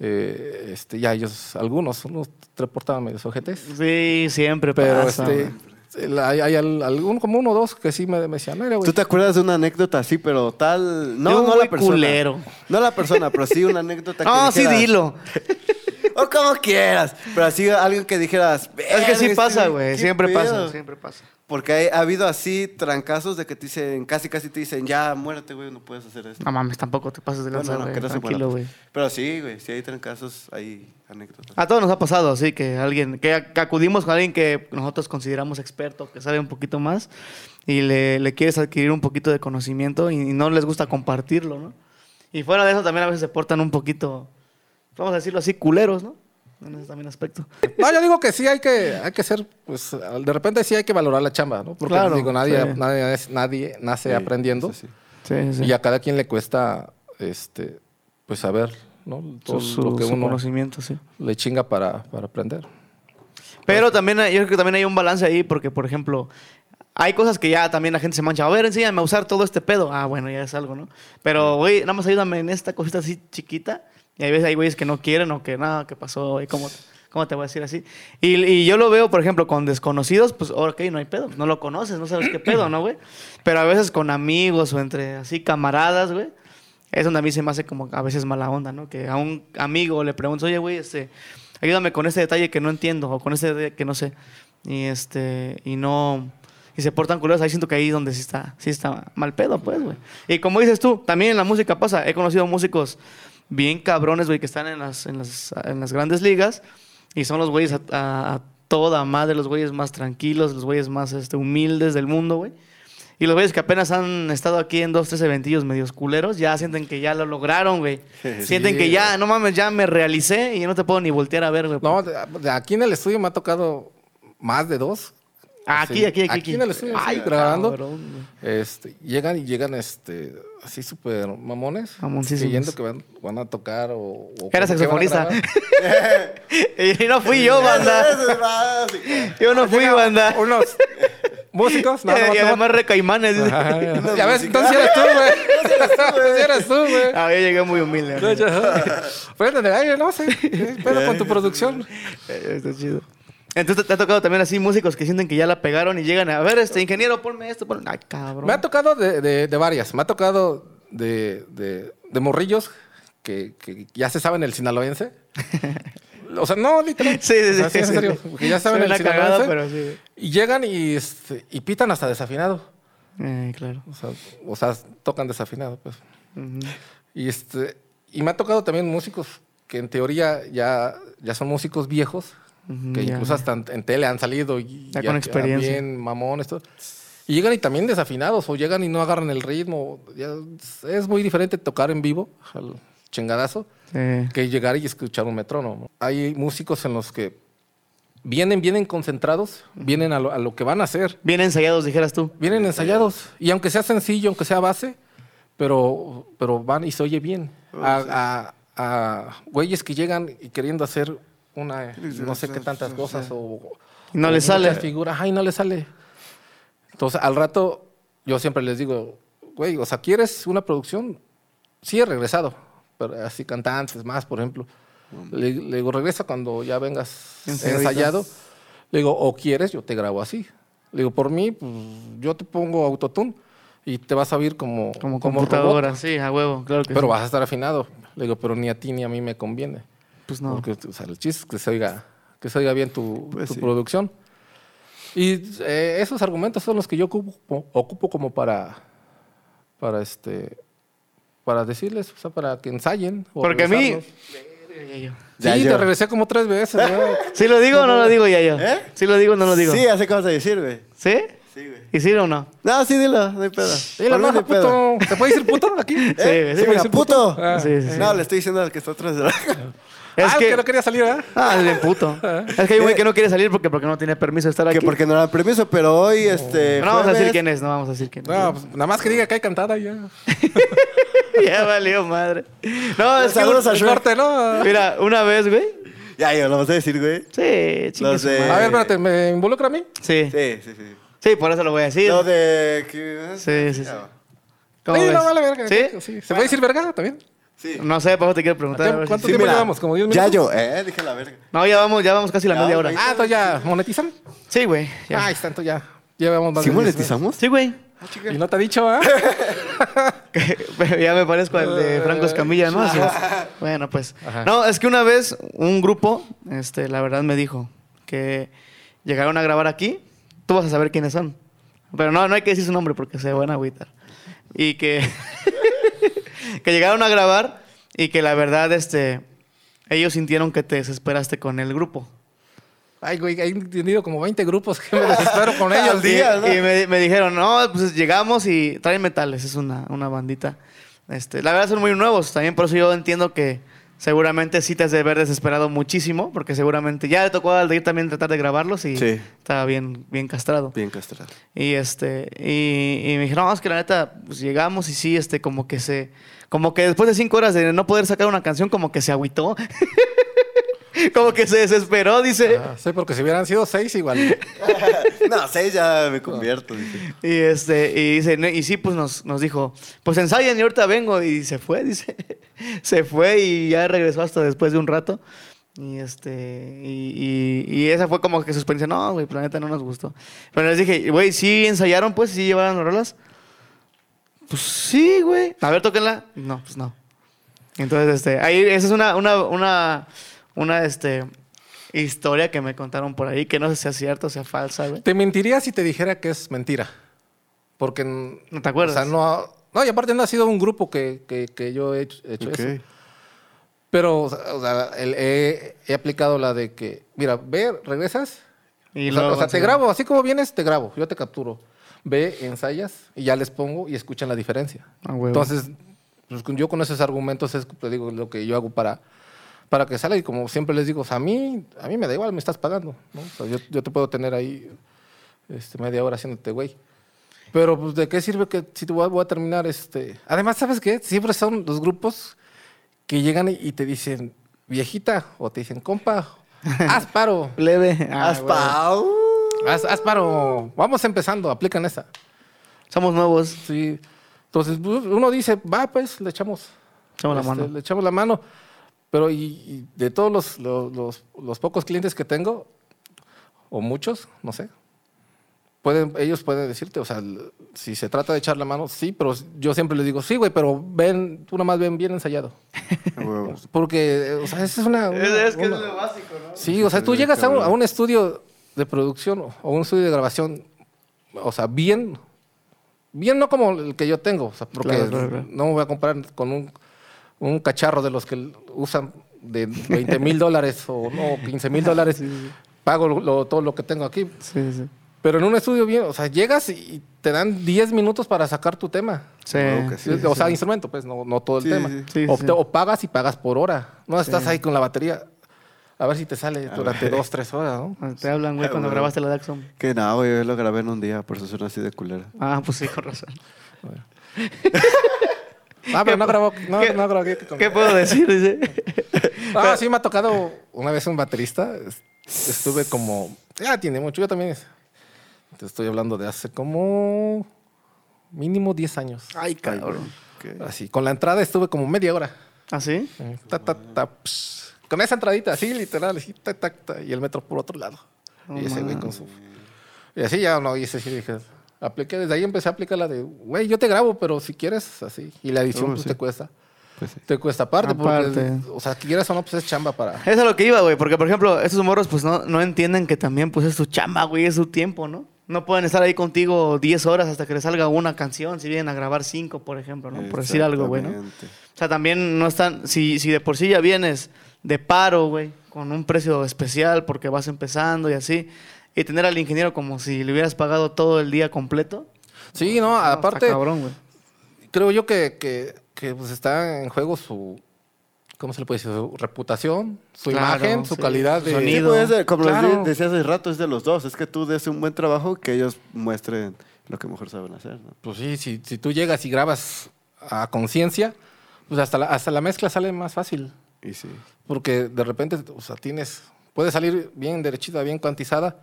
Speaker 3: eh, este, ya ellos, algunos, unos reportaban medios ojetes.
Speaker 2: Ah, Sí, siempre
Speaker 3: Pero
Speaker 2: pasa,
Speaker 3: este,
Speaker 2: güey.
Speaker 3: el- hay, hay al- algún, como uno o dos que sí me, me decían, "Mira, güey,
Speaker 1: ¿Tú te acuerdas de una anécdota así, pero tal?
Speaker 2: De
Speaker 1: No,
Speaker 2: un
Speaker 1: no la
Speaker 2: güey
Speaker 1: persona.
Speaker 2: culero.
Speaker 1: No la persona, pero sí una anécdota que
Speaker 2: No, sí,
Speaker 1: dijeras-
Speaker 2: dilo.
Speaker 1: O como quieras. Pero así alguien que dijeras.
Speaker 2: Es que sí
Speaker 1: "Verga,
Speaker 2: pasa,
Speaker 1: este
Speaker 2: güey.
Speaker 1: qué
Speaker 2: Siempre pasa,
Speaker 1: pedo".
Speaker 2: siempre pasa.
Speaker 1: Porque hay- ha habido así trancazos de que te dicen, casi casi te dicen, ya, muérete, güey, no puedes hacer esto.
Speaker 2: No mames, tampoco te pases de
Speaker 1: Bueno,
Speaker 2: lanza,
Speaker 1: no,
Speaker 2: güey.
Speaker 1: que no se
Speaker 2: Tranquilo,
Speaker 1: muera.
Speaker 2: güey. Ah,
Speaker 1: Pero sí, güey, si hay trancazos, hay anécdotas.
Speaker 2: A todos nos ha pasado, así que alguien, que ac- acudimos con alguien que nosotros consideramos experto, que sabe un poquito más, y le, le quieres adquirir un poquito de conocimiento y, no les gusta compartirlo, ¿no? Y fuera de eso también a veces se portan un poquito, vamos a decirlo así, culeros, ¿no? En ese también aspecto.
Speaker 3: No, yo digo que sí hay que, hay que ser, pues, al- de repente sí hay que valorar la chamba, ¿no? Porque
Speaker 2: Claro,
Speaker 3: digo, nadie,
Speaker 2: sí.
Speaker 3: nadie, nadie nace
Speaker 1: Sí,
Speaker 3: aprendiendo.
Speaker 1: eso sí.
Speaker 2: Sí,
Speaker 3: Y a cada quien le cuesta, este, pues, saber, ¿no? Todo pues, lo que uno
Speaker 2: conocimiento, sí.
Speaker 3: le chinga para, para aprender.
Speaker 2: Pero también hay- yo creo que también hay un balance ahí porque, por ejemplo, hay cosas que ya también la gente se mancha. A ver, enséñame a usar todo este pedo. Ah, bueno, ya es algo, ¿no? Pero, güey, nada más ayúdame en esta cosita así chiquita. Y hay veces hay güeyes que no quieren o que, nada, ¿qué pasó? ¿Y cómo, ¿Cómo te voy a decir así? Y, y yo lo veo, por ejemplo, con desconocidos, pues, ok, no hay pedo. No lo conoces, no sabes qué pedo, ¿no, güey? Pero a veces con amigos o entre así camaradas, güey. Es donde a mí se me hace como a veces mala onda, ¿no? Que a un amigo le pregunto, oye, güey, este, ayúdame con este detalle que no entiendo o con este detalle que no sé. Y este, y no, y se portan culeros. Ahí siento que ahí es donde sí está, sí está mal pedo, pues, güey. Y como dices tú, también en la música pasa. He conocido músicos bien cabrones, güey, que están en las, en las, en las grandes ligas y son los güeyes a, a- a toda madre, los güeyes más tranquilos, los güeyes más este, humildes del mundo, güey. Y los güeyes que apenas han estado aquí en dos, tres eventillos medios culeros, ya sienten que ya lo lograron, güey.
Speaker 1: Sí.
Speaker 2: Sienten que ya, no mames, ya me realicé y ya no te puedo ni voltear a ver, güey.
Speaker 3: No, de- de aquí en el estudio me ha tocado más de dos.
Speaker 2: Ah, aquí,
Speaker 3: Sí.
Speaker 2: aquí, aquí, aquí.
Speaker 3: Aquí en el estudio,
Speaker 2: Ay,
Speaker 3: sí, grabando.
Speaker 2: cabrón, güey.
Speaker 3: Este, llegan y llegan este, así súper mamones,
Speaker 2: Mamoncísimos.
Speaker 3: creyendo que van, van a tocar o... o que van a
Speaker 2: Era saxofonista.
Speaker 3: grabar.
Speaker 2: y no fui yo, banda. Yo no fui,
Speaker 3: Llega
Speaker 2: banda.
Speaker 3: Unos músicos. No,
Speaker 2: y
Speaker 3: no, no.
Speaker 2: además recaimanes. dice.
Speaker 3: Ajá, ya.
Speaker 1: Unos
Speaker 3: Ya ves,
Speaker 1: musicales.
Speaker 3: entonces sí eres tú, güey. Sí eres tú, güey.
Speaker 2: Ah, yo llegué muy humilde.
Speaker 3: No,
Speaker 2: güey.
Speaker 3: ya. Préndele, ay, no sé. ¿Qué pedo con tu producción?
Speaker 2: Eh, Está chido. Entonces te ha tocado también así músicos que sienten que ya la pegaron y llegan a ver, este ingeniero, ponme esto, ponme. Ay, cabrón.
Speaker 3: Me ha tocado de, de- de varias. Me ha tocado de, de- de morrillos que, que ya se saben el sinaloense. O sea, no, literal.
Speaker 2: Sí, sí,
Speaker 3: O sea,
Speaker 2: sí,
Speaker 3: en
Speaker 2: sí,
Speaker 3: serio.
Speaker 2: sí.
Speaker 3: Porque ya saben
Speaker 2: Suena
Speaker 3: el sinaloense.
Speaker 2: cagado, pero sí.
Speaker 3: Y llegan y, este, y pitan hasta desafinado.
Speaker 2: Eh, claro.
Speaker 3: O sea, o sea, tocan desafinado, pues.
Speaker 2: Ujú.
Speaker 3: Y, este, y me ha tocado también músicos que en teoría ya, ya son músicos viejos,
Speaker 2: Ujú,
Speaker 3: que
Speaker 2: ya,
Speaker 3: incluso
Speaker 2: ya.
Speaker 3: hasta en, en tele han salido. Y,
Speaker 2: Ya con experiencia.
Speaker 3: Bien mamones, todo. Y llegan y también desafinados, o llegan y no agarran el ritmo. Ya es- es muy diferente tocar en vivo al chingadazo
Speaker 2: Sí.
Speaker 3: que llegar y escuchar un metrónomo. Hay músicos en los que vienen, vienen concentrados, vienen a lo- a lo que van a hacer.
Speaker 2: Bien ensayados, dijeras tú.
Speaker 3: Vienen ensayados. Y aunque sea sencillo, aunque sea base, pero, pero van y se oye bien. A, a- a güeyes que llegan y queriendo hacer una, no sé qué tantas cosas o...
Speaker 2: Y no les
Speaker 3: o muchas
Speaker 2: sale.
Speaker 3: Figuras. Ay, no le sale. Entonces, al rato, yo siempre les digo, güey, o sea, ¿quieres una producción? Sí, he regresado. Pero así cantantes más, por ejemplo. Le, le digo, regresa cuando ya vengas
Speaker 2: Ensayadito.
Speaker 3: ensayado. Le digo, o quieres, yo te grabo así. Le digo, por mí, pues, yo te pongo autotune y te vas a oír como,
Speaker 2: Como
Speaker 3: robot,
Speaker 2: computadora, sí, a huevo, claro que
Speaker 3: pero
Speaker 2: sí.
Speaker 3: vas a estar afinado. Le digo, pero ni a ti ni a mí me conviene.
Speaker 2: Pues no.
Speaker 3: Porque o sea, el chiste es que se oiga, que se oiga bien tu,
Speaker 1: Pues
Speaker 3: tu
Speaker 1: sí.
Speaker 3: producción. Y eh, esos argumentos son los que yo ocupo, ocupo como para, para este para decirles, o sea, para que ensayen. o
Speaker 2: Porque a mí.
Speaker 3: regresarlos.
Speaker 1: Ya
Speaker 3: sí,
Speaker 1: yo.
Speaker 3: te regresé como tres veces, güey.
Speaker 2: ¿Sí lo digo o no lo digo ya yo?
Speaker 1: ¿Eh?
Speaker 2: ¿Sí lo digo o no lo digo?
Speaker 1: Sí, ya sé qué vas a decir, güey.
Speaker 2: ¿Sí?
Speaker 1: Sí, güey.
Speaker 2: ¿Y sí o no?
Speaker 1: No, sí, dilo, no hay pedo.
Speaker 3: Dile,
Speaker 1: Por mí no hay
Speaker 3: baja,
Speaker 1: pedo.
Speaker 3: puto. ¿Se puede decir puto aquí?
Speaker 2: Sí,
Speaker 1: ¿Eh?
Speaker 2: sí,
Speaker 1: Sí,
Speaker 2: me
Speaker 1: mira,
Speaker 2: dice
Speaker 1: puto.
Speaker 3: Ah.
Speaker 2: Sí, sí, sí.
Speaker 1: No, le estoy diciendo al que está atrás de la...
Speaker 2: Es
Speaker 3: ah,
Speaker 2: que-
Speaker 3: que... no quería salir, ¿eh?
Speaker 2: Ah, el puto. Es que hay un güey que no quiere salir porque, porque no tiene permiso de estar aquí.
Speaker 1: Que porque no dan permiso, pero hoy, este...
Speaker 2: no vamos a decir
Speaker 1: jueves-
Speaker 2: quién es, no vamos a decir quién es.
Speaker 3: No, pues, nada más que diga que hay cantada y ya.
Speaker 2: ya valió madre. No, es que
Speaker 1: Saludos
Speaker 2: un-
Speaker 1: a
Speaker 3: El corte, ¿no?
Speaker 2: Mira, una vez, güey.
Speaker 1: Ya, yo lo vas a decir, güey.
Speaker 2: Sí, chingue
Speaker 1: Los
Speaker 2: su
Speaker 1: de-
Speaker 2: madre.
Speaker 3: A ver, espérate, ¿me involucra a mí?
Speaker 2: Sí. sí.
Speaker 1: Sí, sí, sí.
Speaker 2: por eso lo voy a decir.
Speaker 1: Lo de... ¿qué?
Speaker 2: Sí, sí, sí.
Speaker 1: Ah,
Speaker 2: ¿Cómo
Speaker 3: sí, no
Speaker 2: ves?
Speaker 3: vale verga.
Speaker 2: ¿Sí?
Speaker 3: ¿Se puede decir verga también?
Speaker 1: Sí.
Speaker 2: No sé, por eso te quiero preguntar. a ver si-
Speaker 3: ¿Cuánto
Speaker 1: Sí,
Speaker 3: tiempo llevamos? ¿Como 10
Speaker 1: Ya
Speaker 3: minutos?
Speaker 1: yo, eh, dije la verga.
Speaker 2: No, ya vamos, ya vamos casi la
Speaker 1: Ya,
Speaker 2: media hora.
Speaker 1: güey.
Speaker 3: Ah, entonces ya monetizan. Ah,
Speaker 2: Sí, güey. ya.
Speaker 3: Ay, tanto ya. Llevamos más
Speaker 1: ¿Sí
Speaker 3: de 10 minutos.
Speaker 1: monetizamos?
Speaker 2: Sí, güey.
Speaker 3: Y no te ha dicho, ¿ah?
Speaker 2: ya me parezco al de Franco Escamilla, ¿no? Así es. Bueno, pues.
Speaker 3: Ajá.
Speaker 2: No, es que una vez un grupo, este, la verdad me dijo que llegaron a grabar aquí. Tú vas a saber quiénes son. Pero no, no hay que decir su nombre porque se van a agüitar. Y que, que llegaron a grabar y que la verdad, este, ellos sintieron que te desesperaste con el grupo.
Speaker 3: Ay, güey, he entendido como 20 grupos que me desespero con ellos.
Speaker 1: Al día. ¿no?
Speaker 2: Y me, me dijeron, no, pues llegamos y traen metales, es una, una bandita. Este, la verdad son muy nuevos, también por eso yo entiendo que seguramente sí te has de haber desesperado muchísimo, porque seguramente ya le tocó al de ir también tratar de grabarlos y
Speaker 1: Sí.
Speaker 2: estaba bien, bien castrado.
Speaker 1: Bien castrado.
Speaker 2: Y este, y, y me dijeron, "No, es que la neta, pues llegamos y sí, este, como que se, como que después de cinco horas de no poder sacar una canción, como que se agüitó. como que se desesperó, dice.
Speaker 3: Ah, sí, porque si hubieran sido 6 igual.
Speaker 1: no, seis ya me convierto. dije.
Speaker 2: Y este, y dice, "No", y sí, pues nos, nos dijo, pues ensayen y ahorita vengo. Y se fue, dice. Se fue y ya regresó hasta después de un rato. Y este, y, y- y esa fue como que su experiencia, no, güey, planeta no nos gustó. Pero les dije, güey, sí ensayaron, pues, sí llevaron las rolas. Pues sí, güey. A ver, tóquenla. No, pues no. Entonces, este, ahí, esa es una, una, una, una, este, historia que me contaron por ahí, que no sé si sea cierta o sea falsa, güey.
Speaker 3: Te mentiría si te dijera que es mentira. Porque. ¿No
Speaker 2: te acuerdas?
Speaker 3: O sea, no. No, y aparte no ha sido un grupo que, que, que yo he hecho, hecho eso. Pero, o sea, o sea, el- he, he aplicado la de que, mira, ve, regresas.
Speaker 2: Y
Speaker 3: o sea,
Speaker 2: luego
Speaker 3: o sea, te
Speaker 2: ensayaron.
Speaker 3: grabo, así como vienes, te grabo, yo te capturo. Ve, ensayas y ya les pongo y escuchan la diferencia.
Speaker 2: Ah, huevo.
Speaker 3: Entonces, pues, con- yo con esos argumentos es te digo, lo que yo hago para, para que salga. Y como siempre les digo, o sea, a mí, a mí me da igual, me estás pagando. ¿no? O sea, yo, yo te puedo tener ahí este, media hora haciéndote güey. Pero, pues, ¿de qué sirve que si te voy a, voy a terminar este...? Además, ¿sabes qué? Siempre son los grupos que llegan y- y te dicen viejita o te dicen compa, haz paro.
Speaker 2: Plebe. Ah, güey.
Speaker 1: Aspau.
Speaker 3: Haz, haz paro. Vamos empezando, aplican esa.
Speaker 2: Somos nuevos.
Speaker 3: Sí. Entonces, pues, uno dice, va, pues, le echamos.
Speaker 2: Somos la
Speaker 3: Este,
Speaker 2: mano.
Speaker 3: Le echamos la mano. Pero, y, y de todos los, los- los- los pocos clientes que tengo, o muchos, no sé, pueden, ellos pueden decirte, o sea, l- si se trata de echar la mano, sí, pero yo siempre les digo, sí, güey, pero ven, tú nomás ven bien ensayado.
Speaker 1: Ah,
Speaker 3: Porque, eh, o sea, esa es una. una- una-
Speaker 2: básico, ¿no?
Speaker 3: Sí, o sea, tú llegas a un, a un estudio de producción o- o un estudio de grabación, o sea, bien, bien no como el que yo tengo, o sea, porque
Speaker 2: Claro, claro, claro.
Speaker 3: no me voy a comprar con un, un cacharro de los que l- usan de 20 mil dólares o no, 15 mil dólares, pago lo- lo- todo lo que tengo aquí.
Speaker 2: Sí, sí.
Speaker 3: Pero en un estudio bien, o sea, llegas y- y te dan 10 minutos para sacar tu tema.
Speaker 2: Sí.
Speaker 1: Huevo que sí.
Speaker 3: o sea, instrumento, pues, no, no todo el
Speaker 1: Sí,
Speaker 3: tema.
Speaker 1: sí,
Speaker 2: sí.
Speaker 3: o,
Speaker 2: Sí,
Speaker 3: te-
Speaker 2: sí.
Speaker 3: o pagas y pagas por hora. No estás ahí con la batería. A ver si te sale durante dos, tres horas, ¿no?
Speaker 2: Te hablan, güey, cuando
Speaker 1: Ah,
Speaker 2: grabaste la Daxon.
Speaker 1: Que no, güey, yo lo grabé en un día, por eso suena así de culera.
Speaker 2: Ah, pues sí, con razón.
Speaker 3: Ah, pero no grabó. No,
Speaker 2: qué-
Speaker 3: no grabó. que-
Speaker 2: ¿Qué puedo decir? Dice.
Speaker 3: Ah, sí, me ha tocado una vez un baterista. es- Estuve como. Ya tiene mucho, yo también. es- Te estoy hablando de hace como. Mínimo 10 años.
Speaker 1: Ah,
Speaker 2: Ay, cabrón.
Speaker 1: Ok.
Speaker 3: Así. Con la entrada estuve como media hora.
Speaker 2: ¿Ah, sí?
Speaker 3: Ta, ta, ta, ps. Con esa entradita, así literal, así, ta, ta, ta, y el metro por otro lado.
Speaker 2: No
Speaker 3: y ese güey
Speaker 2: mames.
Speaker 3: con su. Y así ya no, y ese sí dije. Apliqué, desde ahí empecé a aplicar la de, güey, yo te grabo, pero si quieres, así. Y la edición
Speaker 1: Oh,
Speaker 3: pues,
Speaker 1: sí.
Speaker 3: te cuesta.
Speaker 1: Pues sí.
Speaker 3: Te cuesta aparte,
Speaker 2: Aparte.
Speaker 3: porque, o sea, quieras o no, pues es chamba para...
Speaker 2: Eso es lo que iba, güey. Porque, por ejemplo, estos morros, pues no, no entienden que también, pues es su chamba, güey, es su tiempo, ¿no? No pueden estar ahí contigo 10 horas hasta que les salga una canción, si vienen a grabar 5, por ejemplo, ¿no? Por decir algo, güey, ¿no?
Speaker 1: Exactamente.
Speaker 2: O sea, también no están. Si, si de por sí ya vienes de paro, güey, con un precio especial porque vas empezando y así, y tener al ingeniero como si le hubieras pagado todo el día completo.
Speaker 3: Sí, no,
Speaker 2: no, está
Speaker 3: aparte,
Speaker 2: cabrón, güey.
Speaker 3: creo yo que, que, que, pues está en juego su... ¿Cómo se le puede decir? Su reputación, su
Speaker 2: Claro,
Speaker 3: imagen, su
Speaker 2: sí,
Speaker 3: calidad
Speaker 2: su
Speaker 3: de...
Speaker 1: Sí,
Speaker 2: sonido.
Speaker 1: pues, es de- como les
Speaker 3: Claro.
Speaker 1: di- decía hace rato, es de los dos. Es que tú des un buen trabajo que ellos muestren lo que mejor saben hacer, ¿no?
Speaker 3: Pues sí, si, si tú llegas y grabas a conciencia, pues hasta la, hasta la mezcla sale más fácil.
Speaker 1: Y sí.
Speaker 3: Porque de repente, o sea, tienes. Puede salir bien derechita, bien cuantizada.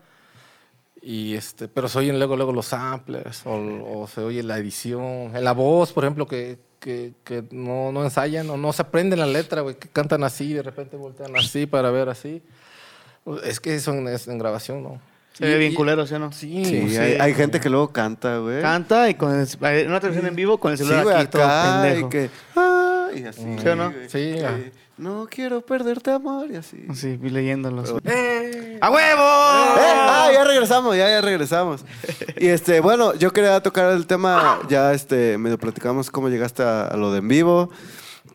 Speaker 3: Y este, pero se oyen luego, luego los samplers, o, o se oye la edición, en la voz, por ejemplo, que, que- que no, no ensayan, o no se aprenden la letra, güey, que cantan así, de repente voltean así para ver así. Es que eso en, es en grabación, ¿no?
Speaker 2: Se ve
Speaker 3: Y-
Speaker 2: bien
Speaker 3: y-
Speaker 2: culero, ¿sí o no?
Speaker 3: Sí, eh.
Speaker 1: Sí,
Speaker 3: sí.
Speaker 1: hay, hay gente que luego canta, güey.
Speaker 2: Canta y con el- eh, en una televisión en vivo con el
Speaker 1: Sí,
Speaker 2: celular
Speaker 1: güey,
Speaker 2: aquí todo
Speaker 1: acá,
Speaker 2: pendejo.
Speaker 1: y que... ah, y así.
Speaker 2: ¿Sí o no?
Speaker 1: güey.
Speaker 3: Sí,
Speaker 1: Que,
Speaker 3: ah.
Speaker 1: No quiero perderte, amor, y así.
Speaker 2: Sí, vi leyéndolos.
Speaker 3: ¡Eh!
Speaker 2: ¡A
Speaker 1: ¡Eh!
Speaker 2: huevo!
Speaker 1: Ah, ya regresamos, ya, ya regresamos. Y este, bueno, yo quería tocar el tema, ya este, medio platicamos cómo llegaste a, a lo de en vivo,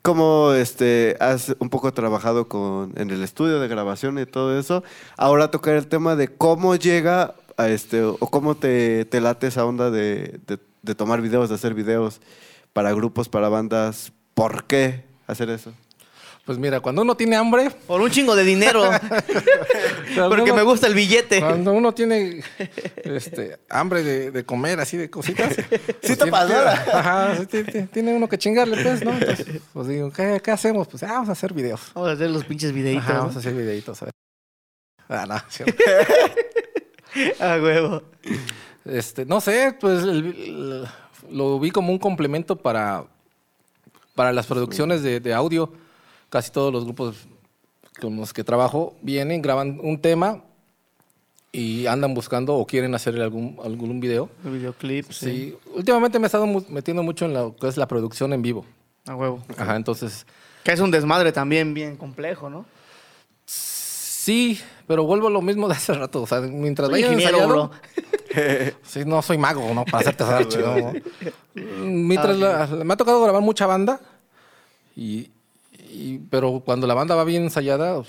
Speaker 1: cómo este, has un poco trabajado con, en el estudio de grabación y todo eso. Ahora tocar el tema de cómo llega a este, o cómo te, te late esa onda de, de- de tomar videos, de hacer videos para grupos, para bandas. ¿Por qué hacer eso?
Speaker 3: Pues mira, cuando uno tiene hambre,
Speaker 2: Por un chingo de dinero. Porque me gusta el billete.
Speaker 3: Cuando uno tiene este, hambre de, de comer así de cositas. pues, tiene-
Speaker 1: tapadora.
Speaker 3: Ajá, sí, ti- ti- tiene uno que chingarle, pues, ¿no? Entonces, pues digo, ¿qué, qué hacemos? Pues ah, vamos a hacer videos.
Speaker 2: Vamos a hacer los pinches videitos.
Speaker 3: Ajá,
Speaker 2: ¿no?
Speaker 3: vamos a hacer videitos. a ver. Ah, no, sí.
Speaker 2: A huevo.
Speaker 3: Este, no sé, pues el- el- lo vi como un complemento para, para las producciones de, de audio. Casi todos los grupos con los que trabajo vienen, graban un tema y andan buscando o quieren hacer algún, algún video.
Speaker 2: El videoclip, sí.
Speaker 3: Sí, últimamente me he estado mu- metiendo mucho en lo que es la producción en vivo.
Speaker 2: A huevo.
Speaker 3: Ajá, entonces
Speaker 2: Que es un desmadre también bien complejo, ¿no?
Speaker 3: sí, pero vuelvo a lo mismo de hace rato. O sea, mientras
Speaker 2: Soy
Speaker 3: vaya
Speaker 2: ingeniero,
Speaker 3: ensayado-
Speaker 2: bro.
Speaker 3: Sí, no soy mago, ¿no? Para hacerte saber chido, ¿no?
Speaker 2: Ah,
Speaker 3: Mientras la- la- me ha tocado grabar mucha banda, y, y- pero cuando la banda va bien ensayada,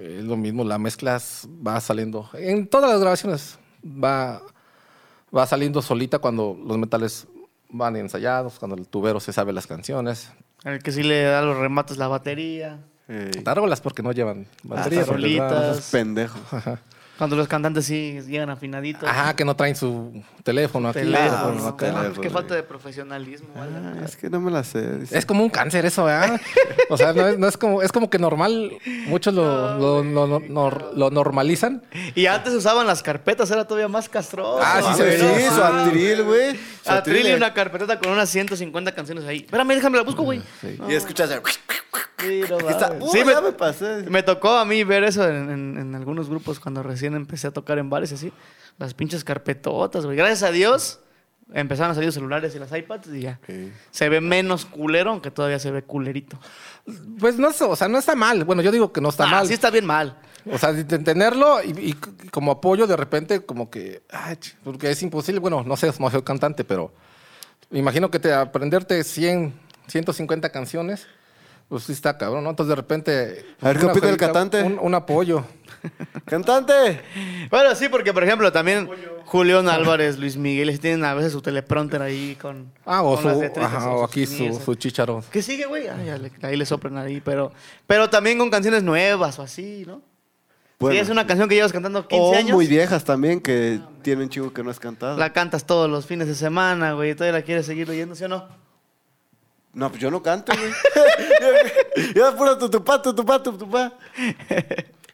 Speaker 3: es lo mismo, la mezclas va saliendo. En todas las grabaciones va, va saliendo solita cuando los metales van ensayados, cuando el tubero se sabe las canciones.
Speaker 2: El que sí le da los remates la batería.
Speaker 1: Ey,
Speaker 3: Tárbolas porque no llevan baterías.
Speaker 2: solitas.
Speaker 1: pendejo. Ah,
Speaker 2: Cuando los cantantes sí llegan afinaditos.
Speaker 3: Ajá, que no traen su teléfono aquí.
Speaker 1: no,
Speaker 2: Teléfono. ¿no? Ah, pues
Speaker 1: teléfono.
Speaker 2: Qué falta de profesionalismo. ¿vale?
Speaker 1: Ah, es que no me la sé. dice.
Speaker 3: Es como un cáncer eso, ¿verdad? O sea, no es, no es como, es como que normal, muchos lo, lo, lo- lo- nor- lo normalizan.
Speaker 2: Y antes usaban las carpetas, era todavía más castroso.
Speaker 3: Ah, sí, se ve,
Speaker 2: güey,
Speaker 3: sí,
Speaker 2: no,
Speaker 1: su
Speaker 2: ah,
Speaker 1: atril, güey. Su
Speaker 2: Atril y
Speaker 1: de-
Speaker 2: una carpetota con unas 150 canciones ahí. Espérame, déjame la busco, güey.
Speaker 1: Y escuchas el-
Speaker 2: Sí, no
Speaker 1: Está-
Speaker 2: mames.
Speaker 1: Uh,
Speaker 2: Sí,
Speaker 1: ya
Speaker 2: Ah, me,
Speaker 1: me pasé.
Speaker 2: me tocó a mí ver eso en, en- en algunos grupos cuando recién empecé a tocar en bares y así. Las pinches carpetotas, güey. Gracias a Dios empezaron a salir los celulares y las iPads y ya. Se ve menos culero, aunque todavía se ve culerito.
Speaker 3: Pues no, es- o sea, no está mal. Bueno, yo digo que no está
Speaker 2: Ah,
Speaker 3: mal.
Speaker 2: Sí está bien mal.
Speaker 3: O sea, de tenerlo y, y c- como apoyo de repente, como que, ay, ch- porque es imposible. Bueno, no sé, no soy cantante, pero me imagino que te, aprenderte 100, 150 canciones, pues sí está cabrón, ¿no? Entonces de repente...
Speaker 1: A ver, ¿qué
Speaker 3: una
Speaker 1: opina el
Speaker 3: solita,
Speaker 1: cantante?
Speaker 3: Un, un apoyo.
Speaker 1: ¡Cantante!
Speaker 2: Bueno, sí, porque por ejemplo también Julián Álvarez, Luis Miguel, sí tienen a veces su teleprompter ahí con...
Speaker 3: Ah, o,
Speaker 2: con
Speaker 3: su,
Speaker 2: las letritas,
Speaker 3: ajá,
Speaker 2: con
Speaker 3: o
Speaker 2: sus ¿eh?
Speaker 3: aquí su,
Speaker 2: sonidos.
Speaker 3: su chícharo.
Speaker 2: ¿Qué sigue, güey? Ah, ya le- ahí le soplan ahí, pero, pero también con canciones nuevas o así, ¿no?
Speaker 1: Bueno.
Speaker 2: Si es una canción que llevas cantando 15
Speaker 3: Oh,
Speaker 1: O
Speaker 2: años,
Speaker 1: muy viejas también, que tienen chingo que no has cantado.
Speaker 2: la cantas todos los fines de semana, güey, y todavía la quieres seguir oyendo, ¿sí o no?
Speaker 1: No, pues yo no canto, güey. yo, yo puro tutupá, tutupá, tutupá.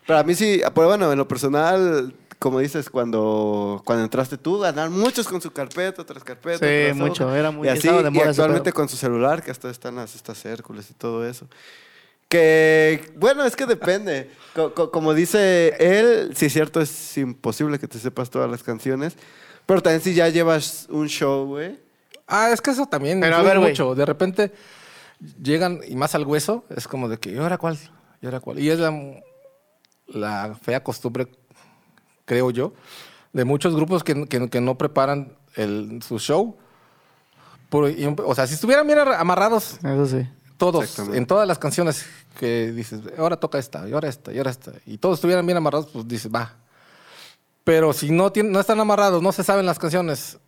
Speaker 1: Pero a mí sí, pero bueno, en lo personal, como dices, cuando, cuando entraste tú, ganaron muchos con su carpeta, tras carpeta.
Speaker 2: Sí,
Speaker 1: tras otra.
Speaker 2: mucho, era muy-
Speaker 1: y así,
Speaker 2: estaba de
Speaker 1: y
Speaker 2: moda ese
Speaker 1: actualmente
Speaker 2: pedo.
Speaker 1: con su celular, que hasta están las estas círculos y todo eso. Que, bueno, es que depende. Co- co- como dice él, sí es cierto, es imposible que te sepas todas las canciones. Pero también si ya llevas un show, güey.
Speaker 3: Ah, es que eso también
Speaker 2: Pero a
Speaker 3: influye
Speaker 2: ver, güey.
Speaker 3: mucho. De repente llegan y más al hueso, es como de que, ¿y ahora cuál? ¿Y ahora cuál? Y es la, la fea costumbre, creo yo, de muchos grupos que, que- que no preparan el, su show. Por- y un- o sea, si estuvieran bien ar- amarrados
Speaker 2: Eso sí.
Speaker 3: todos,
Speaker 1: Exactamente.
Speaker 3: en todas las canciones que dices, ahora toca esta, y ahora esta, y ahora esta, y todos estuvieran bien amarrados, pues dices, va. Pero si no, tienen, no están amarrados, no se saben las canciones,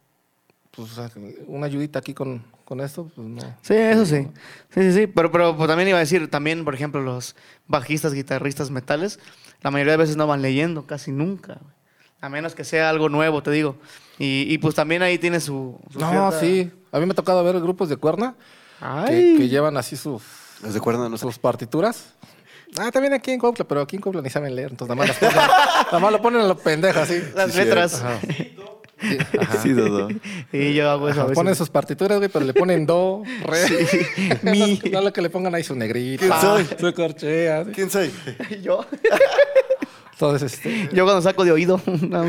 Speaker 3: pues o sea, una ayudita aquí con, con esto, pues no.
Speaker 2: Sí, eso sí. Sí, sí, sí. Pero, pero pues, también iba a decir, también, por ejemplo, los bajistas, guitarristas, metales, la mayoría de veces no van leyendo, casi nunca. güey. A menos que sea algo nuevo, te digo. Y, y, pues también ahí tiene su. su
Speaker 3: No,
Speaker 2: cierta-
Speaker 3: sí. A mí me ha tocado ver grupos de cuerna que,
Speaker 2: Ay.
Speaker 3: que llevan así sus,
Speaker 1: ¿Los recuerdan? No sé.
Speaker 3: sus partituras. Ah, también aquí en Cuautla, pero aquí en Cuautla ni saben leer, entonces nada más las ponen, nada más lo ponen a lo pendejo así.
Speaker 2: Las
Speaker 1: Sí,
Speaker 2: letras.
Speaker 3: Ajá.
Speaker 1: Sí, Dodo.
Speaker 2: Y yo hago eso. a
Speaker 3: Ajá,
Speaker 2: veces.
Speaker 3: ponen sus partituras, güey, pero le ponen do, re.
Speaker 2: Mi.
Speaker 3: No, no lo que le pongan ahí su Ah. negrito.
Speaker 1: ¿Quién soy?
Speaker 3: Su corchea. ¿sí?
Speaker 1: ¿Quién soy?
Speaker 2: yo,
Speaker 3: Entonces, este,
Speaker 2: yo cuando saco de oído. no.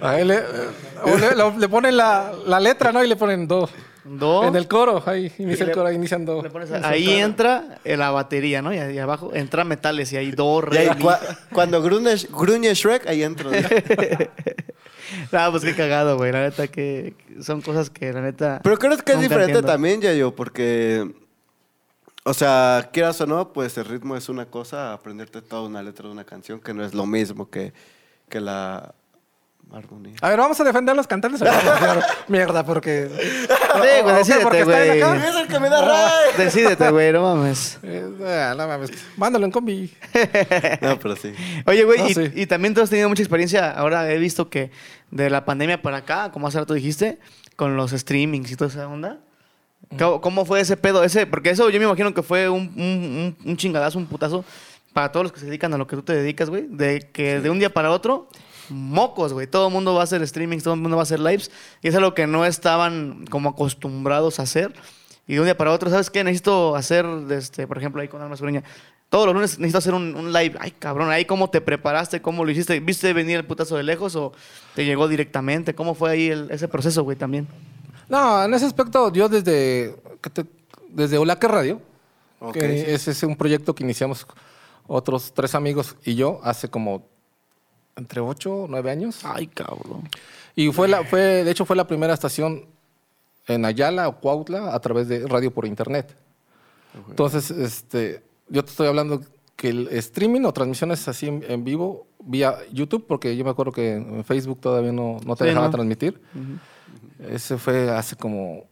Speaker 3: ahí le, o le, lo- le ponen la, la letra, ¿no? Y le ponen do.
Speaker 2: Do.
Speaker 3: En el coro, ahí inicia el
Speaker 2: le-
Speaker 3: coro, ahí inician do.
Speaker 2: Le pones
Speaker 3: Inicia
Speaker 2: a-
Speaker 3: el
Speaker 2: ahí
Speaker 3: coro.
Speaker 2: entra eh, la batería, ¿no? Y, ahí abajo entra metales y ahí do,
Speaker 1: Y
Speaker 2: re,
Speaker 1: ahí,
Speaker 2: mi.
Speaker 1: cua- cuando gruñe, gruñe Shrek, ahí entro.
Speaker 2: No, pues qué cagado, güey. La neta que que son cosas que la neta.
Speaker 1: Pero creo que es
Speaker 2: nunca
Speaker 1: diferente
Speaker 2: entiendo.
Speaker 1: también, Yayo, porque. O sea, quieras o no, pues el ritmo es una cosa, aprenderte toda una letra de una canción, que no es lo mismo que, que la armonía.
Speaker 3: A ver, vamos a defender a los cantantes. o no? Mierda, porque.
Speaker 2: Sí, güey,
Speaker 3: ¿O qué?
Speaker 2: decídete,
Speaker 3: porque
Speaker 2: güey.
Speaker 3: están acá.
Speaker 1: ¡Es el que me da ray!
Speaker 2: Decídete, güey, no mames.
Speaker 3: Eh, ah, no mames. Mándalo en combi.
Speaker 1: No, pero sí.
Speaker 2: Oye, güey,
Speaker 3: Ah,
Speaker 2: y,
Speaker 3: sí.
Speaker 2: y también tú has tenido mucha experiencia. Ahora he visto que de la pandemia para acá, como hace rato dijiste, con los streamings y toda esa onda. ¿Cómo, cómo fue ese pedo? ese Porque eso yo me imagino que fue un, un- un- un chingadazo, un putazo para todos los que se dedican a lo que tú te dedicas, güey. De que de un día para otro, mocos, güey. Todo el mundo va a hacer streamings, todo el mundo va a hacer lives. Y eso es lo que no estaban como acostumbrados a hacer. Y de un día para otro, ¿sabes qué? Necesito hacer, este, por ejemplo, ahí con Alma Sureña. Todos los lunes necesito hacer un, un live. Ay, cabrón, ahí cómo te preparaste, cómo lo hiciste. ¿Viste venir el putazo de lejos o te llegó directamente? ¿Cómo fue ahí el- ese proceso, güey, también?
Speaker 3: No, en ese aspecto, yo desde, que te- desde Olaque Radio,
Speaker 1: Ok.
Speaker 3: que ese es un proyecto que iniciamos otros tres amigos y yo hace como entre ocho o nueve años.
Speaker 2: Ay, cabrón.
Speaker 3: Y fue la, fue, de hecho, fue la primera estación en Ayala o Cuautla a través de radio por internet. Entonces, este, yo te estoy hablando que el streaming o transmisiones así en, en vivo vía YouTube, porque yo me acuerdo que en Facebook todavía no, no te
Speaker 2: Sí,
Speaker 3: dejaba
Speaker 2: no.
Speaker 3: transmitir. Ese fue hace como.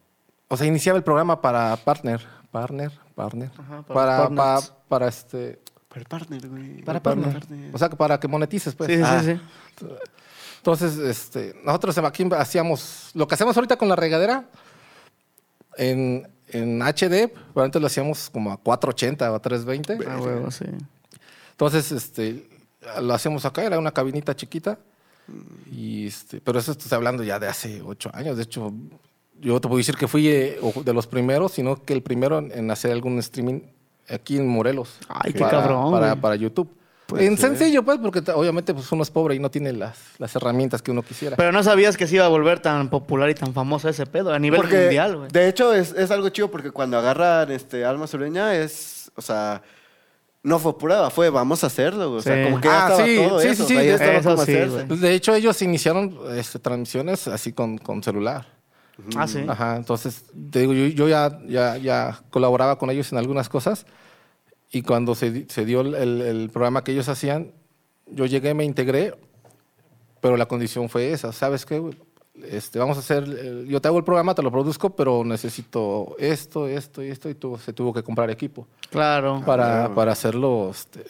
Speaker 3: O sea, iniciaba el programa para Partner. Partner, Partner.
Speaker 2: Ajá, para
Speaker 3: para, pa- para,
Speaker 2: partners. Ah,
Speaker 3: este.
Speaker 1: Para el partner, güey.
Speaker 3: Para partner. O sea, que para que monetices, pues.
Speaker 2: sí, sí,
Speaker 1: ah.
Speaker 2: sí, sí.
Speaker 3: Entonces, este, nosotros aquí hacíamos lo que hacemos ahorita con la regadera en, en HD, pero antes lo hacíamos como a 480 o a 320.
Speaker 2: Ah, huevo, sí.
Speaker 3: Entonces, este, lo hacíamos acá, era una cabinita chiquita. Y este, pero eso estoy hablando ya de hace ocho años. De hecho, yo te puedo decir que fui eh, o de los primeros, sino que el primero en, en hacer algún streaming aquí en Morelos.
Speaker 2: Ay, qué
Speaker 3: para,
Speaker 2: cabrón,
Speaker 3: Para,
Speaker 2: güey.
Speaker 3: para YouTube.
Speaker 1: Pues,
Speaker 3: en
Speaker 1: sí.
Speaker 3: sencillo, pues, porque t- obviamente pues, uno es pobre y no tiene las, las herramientas que uno quisiera.
Speaker 2: Pero no sabías que se iba a volver tan popular y tan famoso ese pedo a nivel
Speaker 1: Porque,
Speaker 2: mundial, güey.
Speaker 1: De hecho, es, es algo chido porque cuando agarran este, Alma Sureña es, o sea, no fue prueba, fue vamos a hacerlo, güey. O sea,
Speaker 2: Sí.
Speaker 1: como que ya
Speaker 3: Ah,
Speaker 1: estaba
Speaker 3: sí,
Speaker 1: todo
Speaker 3: sí,
Speaker 1: eso,
Speaker 3: sí,
Speaker 1: o sea,
Speaker 3: sí,
Speaker 1: ya
Speaker 3: de-
Speaker 1: estaba
Speaker 2: eso
Speaker 1: como
Speaker 2: sí,
Speaker 1: hacerse.
Speaker 2: güey.
Speaker 3: de hecho, ellos iniciaron este, transmisiones así con, con celular.
Speaker 2: Ah, sí.
Speaker 3: Ajá, entonces, te digo, yo, yo ya, ya, ya colaboraba con ellos en algunas cosas y cuando se, di- se dio el, el- el programa que ellos hacían, yo llegué, me integré, pero la condición fue esa, ¿sabes qué? güey? Este, vamos a hacer, eh, yo te hago el programa, te lo produzco, pero necesito esto, esto y esto, y tú, se tuvo que comprar equipo
Speaker 2: Claro.
Speaker 3: para,
Speaker 1: Ah, claro.
Speaker 3: para hacerlo, este,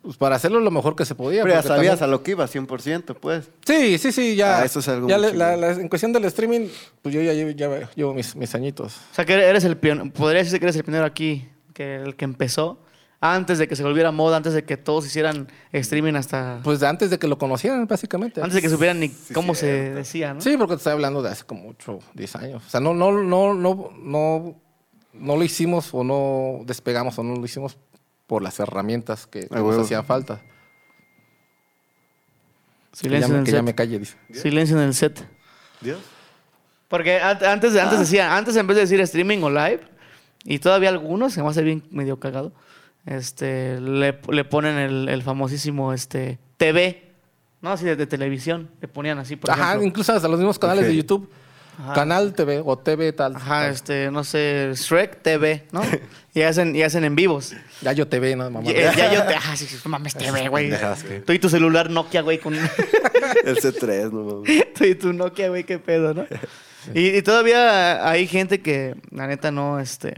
Speaker 3: pues, para hacerlo lo mejor que se podía.
Speaker 1: Pero ya
Speaker 3: porque
Speaker 1: sabías
Speaker 3: también-
Speaker 1: a lo que iba, 100%, pues.
Speaker 3: Sí, sí, sí, ya.
Speaker 1: Ah, eso es algo
Speaker 3: ya
Speaker 1: muy
Speaker 3: le- la-
Speaker 1: chingón.
Speaker 3: la- En cuestión del streaming, pues yo ya llevo, ya llevo mis, mis añitos.
Speaker 2: O sea, que eres el pionero. Podría decirse que eres el pionero aquí, que el que empezó antes de que se volviera moda, antes de que todos hicieran streaming hasta.
Speaker 3: Pues de antes de que lo conocieran, básicamente.
Speaker 2: antes de que supieran ni cómo se decía, ¿no?
Speaker 3: Sí, porque te estoy hablando de hace como 8, 10 años. O sea, no, no, no, no, no, no lo hicimos o no despegamos o no lo hicimos por las herramientas que, que
Speaker 1: Ah,
Speaker 3: nos
Speaker 1: huevo.
Speaker 3: hacía falta. Que ya,
Speaker 2: Silencio en
Speaker 3: me,
Speaker 2: el
Speaker 3: que ya
Speaker 2: set.
Speaker 3: me calle, dice.
Speaker 2: Silencio en el set.
Speaker 1: Dios.
Speaker 2: Porque an- antes, antes decía, antes en vez de decir streaming o live, y todavía algunos, se me hace bien medio cagado, este, le, le ponen el, el famosísimo este, TV, no así de, de televisión, le ponían así, por
Speaker 3: Ajá,
Speaker 2: ejemplo.
Speaker 3: incluso hasta los mismos canales
Speaker 1: Ok.
Speaker 3: de YouTube.
Speaker 2: Ajá.
Speaker 3: Canal TV o TV tal.
Speaker 2: Ajá,
Speaker 3: tal.
Speaker 2: este, no sé, Shrek TV, ¿no? y, hacen, y hacen en vivos.
Speaker 3: Ya yo TV, nada más.
Speaker 2: Y- eh, ya yo te, ajá, sí, sí, mames TV, güey.
Speaker 1: pendejadas que-
Speaker 2: Tú y tu celular Nokia, güey, con...
Speaker 1: El C3, no mames.
Speaker 2: Tú y tu Nokia, güey, qué pedo, ¿no? Y, y todavía hay gente que, la neta, no, este...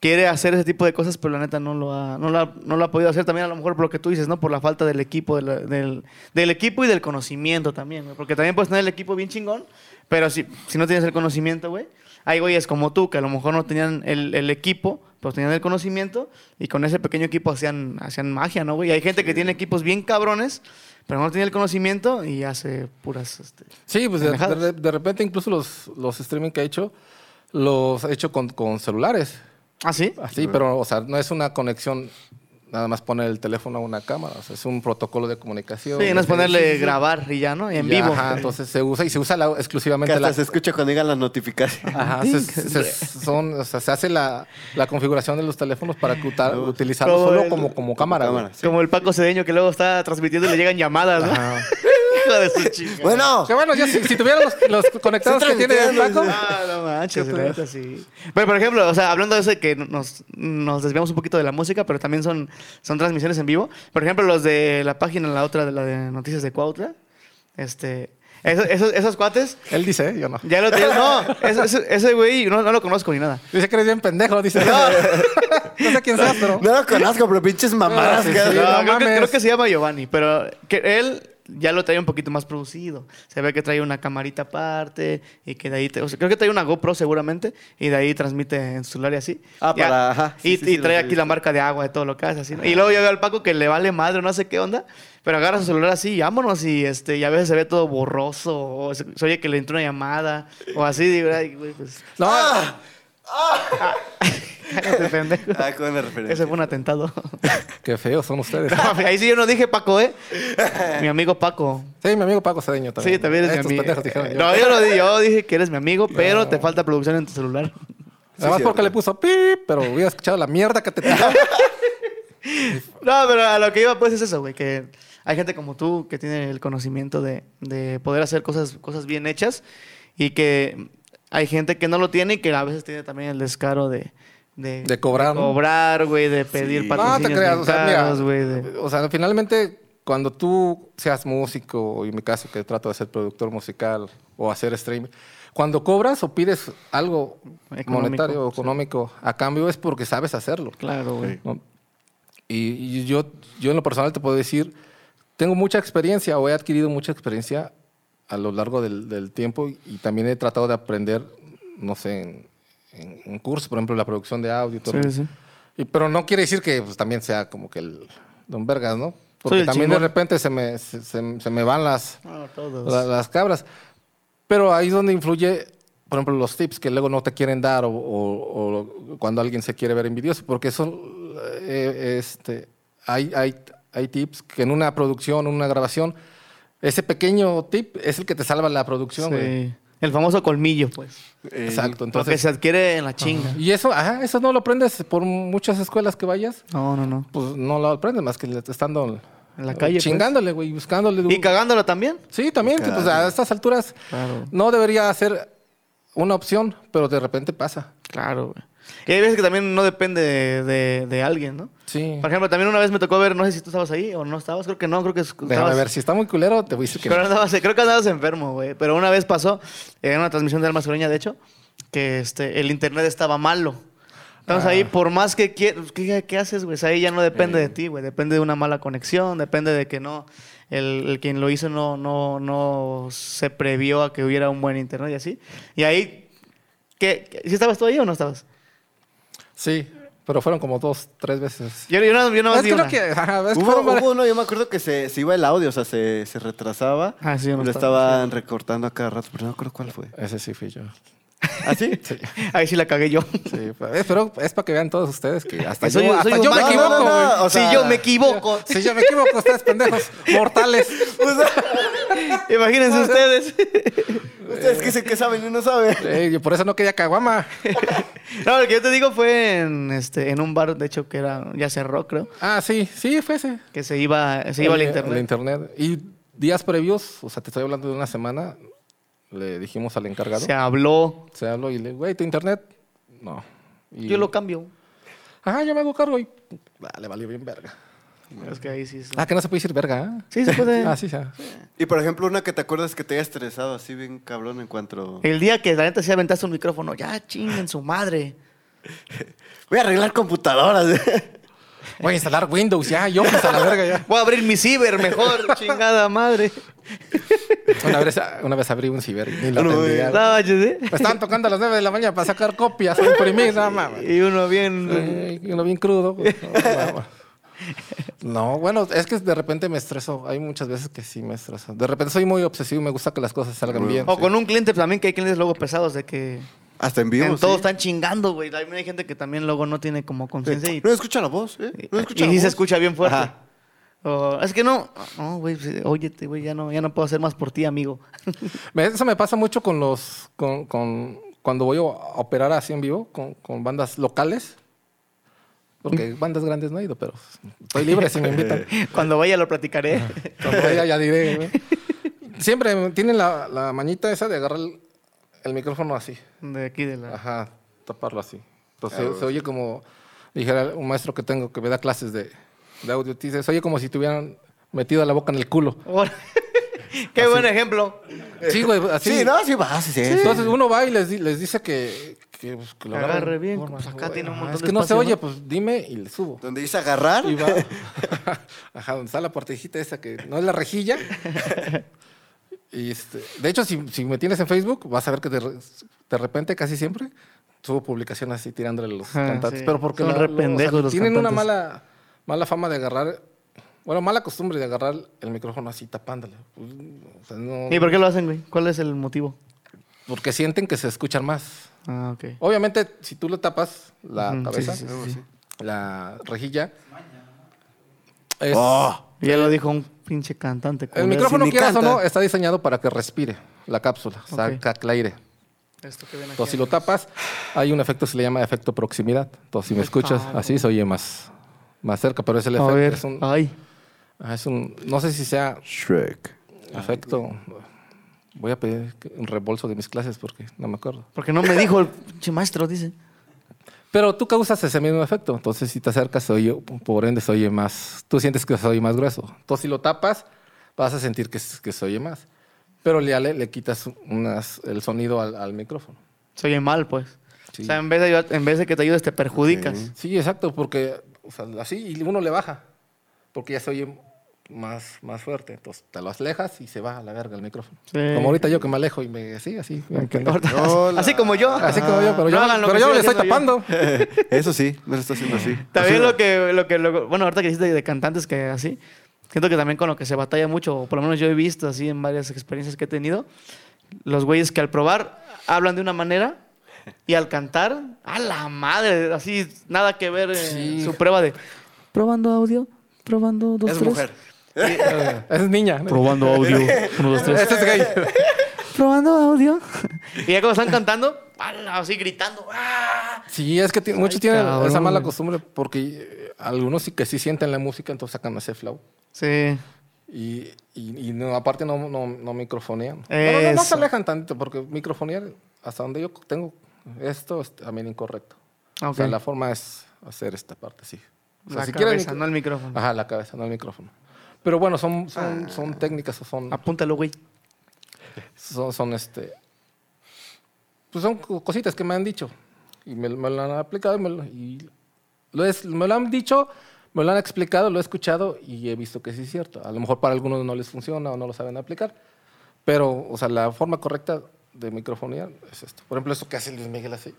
Speaker 2: Quiere hacer ese tipo de cosas, pero la neta no lo ha, no lo ha, no lo ha podido hacer. También a lo mejor por lo que tú dices, ¿no? Por la falta del equipo, de la- del, del equipo y del conocimiento también, güey. Porque también puedes tener el equipo bien chingón, pero si, si no tienes el conocimiento, güey, hay güeyes como tú que a lo mejor no tenían el, el equipo, pero tenían el conocimiento y con ese pequeño equipo hacían, hacían magia, ¿no, güey? Hay gente que tiene equipos bien cabrones, pero no tiene el conocimiento y hace puras... Este...
Speaker 3: Sí, pues de,
Speaker 2: Pendejadas.
Speaker 3: de- de repente incluso los, los streaming que he hecho, los he hecho con, con celulares.
Speaker 2: ¿Ah, sí?
Speaker 3: Así, pero, o sea, no es una conexión, nada más poner el teléfono a una cámara. O sea, es un protocolo de comunicación.
Speaker 2: Sí, no es ponerle grabar y ya, ¿no? En
Speaker 3: Ya,
Speaker 2: vivo.
Speaker 3: Ajá, entonces se usa y se usa la-
Speaker 1: Que
Speaker 3: exclusivamente
Speaker 1: hasta
Speaker 3: la...
Speaker 1: se escucha cuando llegan las notificaciones.
Speaker 3: Ajá, se, se- son, o sea, se hace la, la configuración de los teléfonos para que uta- utilizarlo
Speaker 2: Como
Speaker 3: solo
Speaker 2: el-
Speaker 3: como, como cámara. güey.
Speaker 1: Cámara, sí.
Speaker 2: Como el Paco Cedeño que luego está transmitiendo y le llegan llamadas, ¿no?
Speaker 3: Ajá.
Speaker 2: Hijo de su chingada.
Speaker 1: Bueno,
Speaker 3: Que bueno, ya si, si tuviera los, los conectados que
Speaker 1: Estoy
Speaker 3: tiene el
Speaker 1: transmitiendo,
Speaker 3: Paco...
Speaker 2: Ah, no manches,
Speaker 3: ¿Qué
Speaker 2: la
Speaker 3: pedo?
Speaker 2: neta, sí. Pero, por ejemplo, o sea, hablando de eso de que nos, nos desviamos un poquito de la música, pero también son, son transmisiones en vivo. Por ejemplo, los de la página, la otra, de la de Noticias de Cuautla. Este, esos, esos, esos cuates,
Speaker 3: Él dice, ¿eh? yo no.
Speaker 2: ya lo tienen. No, ese- ese ese güey no, no lo conozco ni nada.
Speaker 3: Dice que eres bien pendejo, dice. No, sé quién seas, pero...
Speaker 1: no lo conozco, pero pinches mamadas.
Speaker 3: Ah, sí,
Speaker 1: que-
Speaker 3: sí.
Speaker 2: No,
Speaker 3: no
Speaker 2: creo, que,
Speaker 3: mames.
Speaker 2: creo que se llama Giovanni, pero que él ya lo trae un poquito más producido. Se ve que trae una camarita aparte y que de ahí... te- o sea, creo que trae una GoPro seguramente y de ahí transmite en su celular y así.
Speaker 1: Ah,
Speaker 2: Y a-
Speaker 1: para- ajá, sí,
Speaker 2: y
Speaker 1: sí, sí,
Speaker 2: y
Speaker 1: lo
Speaker 2: trae
Speaker 1: he
Speaker 2: aquí la
Speaker 1: visto.
Speaker 2: marca de agua de todo lo que hace. Así, ¿no? Y luego yo veo al Paco que le vale madre, no sé qué onda, pero agarra su celular así y vámonos. Y, este, y a veces se ve todo borroso o se, se oye que le entró una llamada o así. Digo, ay, güey, pues...
Speaker 3: No,
Speaker 1: Ah,
Speaker 2: cállate, pendejo.
Speaker 1: ah, con la referencia.
Speaker 2: Ese fue un atentado.
Speaker 3: Qué feos son ustedes.
Speaker 2: Ahí sí yo no dije Paco, ¿eh? Mi amigo Paco.
Speaker 3: Sí, mi amigo Paco Cedeño también.
Speaker 2: Sí, también eres
Speaker 3: Estos
Speaker 2: mi amigo.
Speaker 3: pendejos dijeron yo.
Speaker 2: No, yo, lo di- yo dije que eres mi amigo, pero te falta producción en tu celular.
Speaker 3: Además
Speaker 1: Sí,
Speaker 3: porque
Speaker 1: cierto.
Speaker 3: le puso pip, pero hubiera escuchado la mierda que te tiraba.
Speaker 2: No, pero a lo que iba pues es eso, güey, que hay gente como tú que tiene el conocimiento de, de poder hacer cosas, cosas bien hechas y que hay gente que no lo tiene y que a veces tiene también el descaro de... De,
Speaker 3: De cobrar, ¿no?
Speaker 2: cobrar, güey, de pedir
Speaker 1: Sí.
Speaker 3: No
Speaker 2: patrocinios
Speaker 3: te creas,
Speaker 2: bien
Speaker 3: o sea, mira,
Speaker 2: caros, güey, de-
Speaker 3: o sea, finalmente cuando tú seas músico, y en mi caso que trato de ser productor musical o hacer streaming, cuando cobras o pides algo
Speaker 2: Económico,
Speaker 3: monetario o
Speaker 2: sí.
Speaker 3: económico a cambio es porque sabes hacerlo.
Speaker 2: Claro, güey.
Speaker 3: ¿no? Y, y yo, yo en lo personal te puedo decir, tengo mucha experiencia o he adquirido mucha experiencia a lo largo del, del tiempo y, y también he tratado de aprender, no sé, en, en- en cursos, por ejemplo, la producción de audio y todo.
Speaker 2: Sí, sí.
Speaker 3: Y- pero no quiere decir que pues, también sea como que el don Vergas, ¿no?
Speaker 2: Soy
Speaker 3: Porque
Speaker 2: el
Speaker 3: también
Speaker 2: chingón.
Speaker 3: de repente se me, se, se- se me van las,
Speaker 2: No, todos.
Speaker 3: la- las cabras. Pero ahí es donde influye, por ejemplo, los tips que luego no te quieren dar o, o- o cuando alguien se quiere ver envidioso, porque eso, eh, este, hay, hay, hay tips que en una producción, en una grabación, ese pequeño tip es el que te salva la producción. güey.
Speaker 2: Sí. El famoso colmillo, pues.
Speaker 1: Eh,
Speaker 3: Exacto.
Speaker 2: lo que
Speaker 3: Entonces,
Speaker 2: se adquiere en la chinga.
Speaker 3: y eso, ajá, eso no lo aprendes por muchas escuelas que vayas.
Speaker 2: No, no, no.
Speaker 3: Pues no lo aprendes más que le- estando
Speaker 2: En la calle, pues.
Speaker 3: Chingándole, güey, buscándole.
Speaker 2: ¿Y cagándolo también?
Speaker 3: Sí, también.
Speaker 1: Claro.
Speaker 3: pues, a estas
Speaker 2: Ah.
Speaker 3: alturas
Speaker 2: Claro.
Speaker 3: no debería ser una opción, pero de repente pasa.
Speaker 2: Claro, güey. Y hay veces que también no depende de, de- de alguien, ¿no?
Speaker 3: Sí.
Speaker 2: Por ejemplo, también una vez me tocó ver, no sé si tú estabas ahí o no estabas, creo que no, creo que estabas.
Speaker 3: Déjame ver, si está muy culero, te voy a decir que
Speaker 2: Pero
Speaker 3: no.
Speaker 2: andabas- creo que andabas enfermo, güey. Pero una vez pasó, en una transmisión de Alma Sureña, de hecho, que este, el internet estaba malo. Entonces
Speaker 3: Ah.
Speaker 2: ahí, por más que quieras, ¿qué, qué haces, güey? O sea, ahí ya no depende
Speaker 3: Eh.
Speaker 2: de ti, güey. Depende de una mala conexión, depende de que no, el, el quien lo hizo no, no, no se previó a que hubiera un buen internet y así. Y ahí, ¿qué, qué- si estabas tú ahí o no estabas?
Speaker 3: Sí, pero fueron como dos, tres veces.
Speaker 2: Yo, yo, no, yo no
Speaker 3: es que creo que, ajá, es que
Speaker 1: Hubo,
Speaker 3: fueron varias-
Speaker 1: hubo uno, yo me acuerdo que se, se iba el audio, o sea, se, se retrasaba.
Speaker 2: Ah, sí, yo no
Speaker 1: lo
Speaker 2: estaba.
Speaker 1: estaban recortando a cada rato, pero no me acuerdo cuál fue. ¿Ah,
Speaker 3: Ese sí fui yo.
Speaker 1: ¿Así?
Speaker 2: Ahí sí la cagué yo.
Speaker 3: Sí, pa- eh, pero es para que vean todos ustedes que hasta
Speaker 2: Soy-
Speaker 3: yo, hasta
Speaker 2: soy
Speaker 3: yo me
Speaker 2: humano.
Speaker 3: equivoco,
Speaker 1: No, no, no,
Speaker 3: güey.
Speaker 1: o sea-
Speaker 2: si yo me equivoco.
Speaker 3: Si yo me equivoco, ustedes pendejos, mortales.
Speaker 2: Imagínense ustedes.
Speaker 1: Ustedes que dicen que saben y no saben.
Speaker 3: Eh, yo por eso no quería caguama.
Speaker 2: No, lo que yo te digo fue en, este, en un bar, de hecho, que era ya cerró, creo.
Speaker 3: Ah, sí, sí, fue ese.
Speaker 2: Que se iba, se iba al
Speaker 3: El-
Speaker 2: internet.
Speaker 3: el internet. Y días previos, o sea, te estoy hablando de una semana, le dijimos al encargado.
Speaker 2: Se habló.
Speaker 3: Se habló y le, güey, ¿tu internet? No. Y-
Speaker 2: Yo lo cambio.
Speaker 3: Ajá, yo me hago cargo y. Ah, le valió bien verga.
Speaker 2: Es que ahí sí. es-
Speaker 3: Ah, que no se puede decir verga. ¿eh?
Speaker 2: Sí, se puede.
Speaker 3: Ah, sí, ya.
Speaker 1: Y por ejemplo, una que te acuerdas que te haya estresado así bien cabrón en cuanto...
Speaker 2: El día que la neta sí aventaste un micrófono, ya chinguen su madre.
Speaker 1: Voy a arreglar computadoras.
Speaker 3: Voy a instalar Windows, ya, yo pues, a la verga ya.
Speaker 2: Voy a abrir mi ciber mejor, chingada madre.
Speaker 3: Una vez, una vez abrí un ciber y lo
Speaker 1: No,
Speaker 3: atendía.
Speaker 2: No, manches, ¿eh?
Speaker 3: Me estaban tocando a las 9 de la mañana para sacar copias, para imprimir, nada más.
Speaker 2: Y uno bien.
Speaker 3: Eh, Lo bien crudo. pues, no, no, no. No, bueno, es que de repente me estreso. Hay muchas veces que sí me estreso. De repente soy muy obsesivo y me gusta que las cosas salgan bien.
Speaker 2: O con un cliente también, que hay clientes luego pesados de que
Speaker 1: Hasta en vivo,
Speaker 2: en todo
Speaker 1: sí.
Speaker 2: están chingando, güey. También hay gente que también luego no tiene como conciencia y,
Speaker 1: No escucha la voz, ¿eh? No escucha
Speaker 2: y
Speaker 1: la
Speaker 2: sí se
Speaker 1: voz.
Speaker 2: escucha bien fuerte.
Speaker 1: Ajá.
Speaker 2: O, es que no, no, güey, pues, óyete, güey, ya no, ya no puedo hacer más por ti, amigo.
Speaker 3: Me- Eso me pasa mucho con los. Con, con- cuando voy a operar así en vivo con, con bandas locales.
Speaker 1: Mm.
Speaker 3: Porque bandas grandes no he ido, pero estoy libre si me invitan.
Speaker 2: Cuando vaya lo platicaré.
Speaker 3: Cuando vaya, ya diré. güey. Siempre tienen la, la mañita esa de agarrar el, el micrófono así.
Speaker 2: De aquí de la.
Speaker 3: Ajá, taparlo así. Entonces
Speaker 1: Ah,
Speaker 3: se-
Speaker 1: bueno.
Speaker 3: se, oye como, dijera un maestro que tengo que me da clases de, de audio, dice, se oye como si tuvieran metido la boca en el culo.
Speaker 2: Ahora- Qué buen ejemplo.
Speaker 3: Sí, güey, así.
Speaker 1: Sí, no, sí va, sí, sí.
Speaker 3: Entonces uno va y les, di- les dice que, que, pues, que lo
Speaker 2: Agarre
Speaker 3: agarren.
Speaker 2: bien,
Speaker 3: Forma,
Speaker 2: pues, acá
Speaker 3: güey.
Speaker 2: tiene un
Speaker 3: Ajá,
Speaker 2: montón
Speaker 3: Es
Speaker 2: de
Speaker 3: que no se
Speaker 2: espacio,
Speaker 3: oye,
Speaker 2: ¿no?
Speaker 3: pues dime y le subo.
Speaker 1: Donde dice agarrar.
Speaker 3: Y va. Ajá, donde está la partijita esa que no es la rejilla. Y este, de hecho, si, si me tienes en Facebook, vas a ver que de, re- de repente, casi siempre, subo publicaciones así tirándole a los
Speaker 2: Ajá,
Speaker 3: cantantes.
Speaker 2: Ah, sí.
Speaker 3: Pero porque
Speaker 2: Son
Speaker 3: la-
Speaker 2: re
Speaker 3: lo-
Speaker 2: pendejos los
Speaker 3: tienen una
Speaker 2: cantantes.
Speaker 3: mala, mala fama de agarrar, bueno, mala costumbre de agarrar el micrófono así tapándole. Pues, O sea, no-
Speaker 2: ¿Y por qué lo hacen, güey? ¿Cuál es el motivo?
Speaker 3: porque sienten que se escuchan más.
Speaker 2: Ah, ok.
Speaker 3: Obviamente, si tú le tapas la
Speaker 2: Ujú, sí,
Speaker 3: cabeza,
Speaker 2: sí,
Speaker 3: la rejilla, es,
Speaker 1: Oh.
Speaker 2: Ya lo dijo un pinche cantante.
Speaker 3: El
Speaker 2: culero.
Speaker 3: micrófono,
Speaker 1: ni
Speaker 3: quieras o
Speaker 1: canta.
Speaker 3: no, está diseñado para que respire la cápsula, saca el aire.
Speaker 2: Esto que ven aquí.
Speaker 3: Entonces, si lo tapas, hay un efecto que se le llama efecto proximidad. Entonces, si me escuchas así, se oye más, más cerca, pero es el
Speaker 2: A
Speaker 3: efecto.
Speaker 2: ver, Ah.
Speaker 3: Es un,
Speaker 2: ay.
Speaker 3: ajá, es un- no sé si sea
Speaker 1: Shrek.
Speaker 3: efecto. Voy a pedir que- un reembolso de mis clases porque no me acuerdo.
Speaker 2: Porque no me dijo el pinche maestro, dice.
Speaker 3: Pero tú causas ese mismo efecto. Entonces, si te acercas, se oye- por ende, se oye más. Tú sientes que se oye más grueso. Entonces, si lo tapas, vas a sentir que, s- que se oye más. Pero ya le, le quitas unas, el sonido al, al micrófono.
Speaker 2: Se oye mal, pues. O
Speaker 3: Sí.
Speaker 2: sea, en vez, de ayudar- en vez de que te ayudes, te perjudicas.
Speaker 3: Sí, exacto, porque o sea, así y uno le baja. Porque ya se oye más, más fuerte. Entonces, te lo alejas y se va a la verga el micrófono.
Speaker 2: Sí.
Speaker 3: Como ahorita yo que me alejo y me. Sí, así. bien pendejo.
Speaker 1: Hola.
Speaker 2: Así como yo.
Speaker 3: Así como yo, pero
Speaker 2: No
Speaker 3: yo,
Speaker 2: hagan lo
Speaker 3: pero
Speaker 2: que
Speaker 3: yo
Speaker 2: estoy
Speaker 3: le estoy
Speaker 2: haciendo
Speaker 3: tapando.
Speaker 1: Eso sí, me lo está haciendo así.
Speaker 2: También lo que, lo que, lo- bueno, ahorita que dijiste de cantantes que así, siento que también con lo que se batalla mucho, o por lo menos yo he visto así en varias experiencias que he tenido, los güeyes que al probar hablan de una manera y al cantar, a la madre, así nada que ver eh,
Speaker 3: Sí.
Speaker 2: su prueba de probando audio, probando dos,
Speaker 1: Es
Speaker 2: tres.
Speaker 1: mujer.
Speaker 3: Esa es niña. ¿no?
Speaker 2: Probando audio, uno, dos, tres.
Speaker 3: Ese es gay.
Speaker 2: Probando audio. y ya cuando están cantando, ¡ala! así gritando. ¡ah!
Speaker 3: Sí, es que ti- muchos tienen
Speaker 2: cabrón,
Speaker 3: esa mala
Speaker 2: güey.
Speaker 3: costumbre porque eh, algunos sí que sí sienten la música, entonces sacan ese flow.
Speaker 2: Sí.
Speaker 3: Y, y, y no, aparte no, no, no microfonean. Bueno, no, no, se
Speaker 2: Eso.
Speaker 3: alejan tantito porque microfonear, hasta donde yo tengo esto, es también incorrecto. O sea,
Speaker 2: Ok.
Speaker 3: la forma es hacer esta parte, sí. O sea,
Speaker 2: la
Speaker 3: si quieren-
Speaker 2: cabeza, no el micrófono.
Speaker 3: Ajá, la cabeza, no el micrófono. Pero bueno, son,
Speaker 2: Ah.
Speaker 3: son, son técnicas o son,
Speaker 2: Apúntalo, güey.
Speaker 3: son, son, este... Pues son co- cositas que me han dicho. Y me, me lo han aplicado y me lo, y lo es- me lo han dicho, me lo han explicado, lo he escuchado y he visto que sí es cierto. A lo mejor para algunos no les funciona o no lo saben aplicar. Pero, o sea, la forma correcta de microfonear es esto. Por ejemplo, esto que hace Luis Miguel así.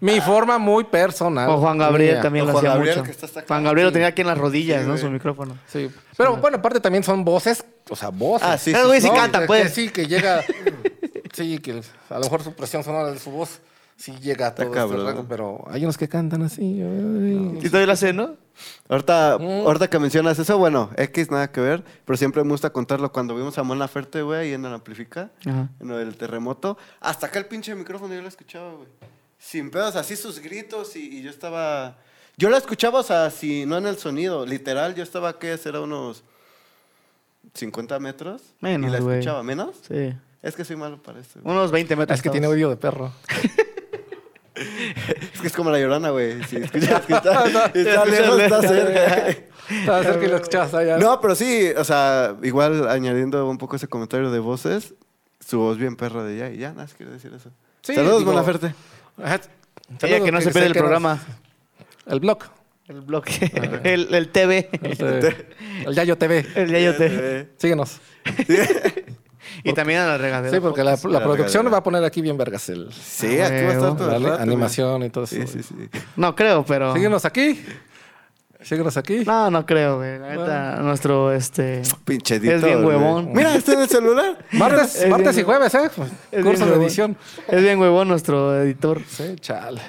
Speaker 3: Mi forma muy personal.
Speaker 2: O Juan Gabriel
Speaker 3: mía.
Speaker 2: también
Speaker 1: O
Speaker 2: lo
Speaker 1: Juan
Speaker 2: hacía
Speaker 1: Gabriel, que
Speaker 2: mucho.
Speaker 1: está hasta acá.
Speaker 2: Juan Gabriel lo
Speaker 1: Sí.
Speaker 2: tenía aquí en las rodillas,
Speaker 1: Sí,
Speaker 2: ¿no?
Speaker 1: güey.
Speaker 2: Su micrófono.
Speaker 3: Sí. Pero bueno, aparte también son voces, o sea, voces.
Speaker 1: Ah, sí,
Speaker 2: Claro, güey, sí
Speaker 3: No,
Speaker 2: canta,
Speaker 3: que-
Speaker 2: pues.
Speaker 3: que sí, que llega. Sí, que a lo mejor su presión sonora de su voz sí llega a todo este
Speaker 1: cabrón.
Speaker 3: rango, pero hay unos que cantan así. ay.
Speaker 2: Y todavía la sé, ¿no?
Speaker 1: Ahorita, ahorita que mencionas eso, bueno, X nada que ver, pero siempre me gusta contarlo. Cuando vimos a Mon Laferte, güey, ahí en el Amplifica,
Speaker 2: Ajá.
Speaker 1: en lo del terremoto, hasta acá el pinche micrófono yo la escuchaba, güey. Sin pedos, así sus gritos y, y yo estaba... Yo la escuchaba, o sea, si no en el sonido, literal, yo estaba, ¿qué será? Unos 50 metros.
Speaker 2: Menos,
Speaker 1: Y la
Speaker 2: güey.
Speaker 1: escuchaba, ¿menos?
Speaker 2: Sí.
Speaker 1: Es que soy malo para esto. güey.
Speaker 2: Unos 20 metros.
Speaker 3: Es que
Speaker 2: estabas.
Speaker 3: tiene odio de perro.
Speaker 1: Es que es como la llorona, güey. Si escuchas que está, está lejos, está cerca.
Speaker 3: Estaba cerca y lo escuchabas allá.
Speaker 1: No, pero sí, o sea, igual añadiendo un poco ese comentario de voces, su voz bien perra de ella, y ya, nada, más quiero decir eso.
Speaker 3: Sí,
Speaker 1: Saludos,
Speaker 3: digo-
Speaker 1: Bonaferte.
Speaker 3: Ajá.
Speaker 2: Ella que no se
Speaker 3: Saludos,
Speaker 2: pierde el
Speaker 3: que nos-
Speaker 2: programa.
Speaker 3: El blog.
Speaker 2: El bloque. El, el TV.
Speaker 3: Este, el Yayo TV.
Speaker 2: El Yayo TV.
Speaker 3: Síguenos.
Speaker 2: Y también a la regadera.
Speaker 3: Sí, porque la, la
Speaker 1: la
Speaker 3: producción
Speaker 1: regadera.
Speaker 3: va a poner aquí bien vergas el
Speaker 1: Sí, aquí va a estar todo el
Speaker 3: la
Speaker 1: rato,
Speaker 3: animación y todo eso.
Speaker 1: güey. Sí, sí, sí.
Speaker 2: No creo, pero.
Speaker 3: Síguenos aquí. Síguenos aquí.
Speaker 2: No, no creo, güey. La neta, nuestro este.
Speaker 1: Pinche editor,
Speaker 2: Es bien
Speaker 1: güey.
Speaker 2: huevón.
Speaker 1: Mira, está en el celular.
Speaker 3: Martes,
Speaker 2: Es
Speaker 3: martes y
Speaker 2: bien-
Speaker 3: jueves, ¿eh?
Speaker 2: es bien
Speaker 3: Curso de
Speaker 2: huevón.
Speaker 3: edición.
Speaker 2: Es bien huevón nuestro editor.
Speaker 3: Sí, chale.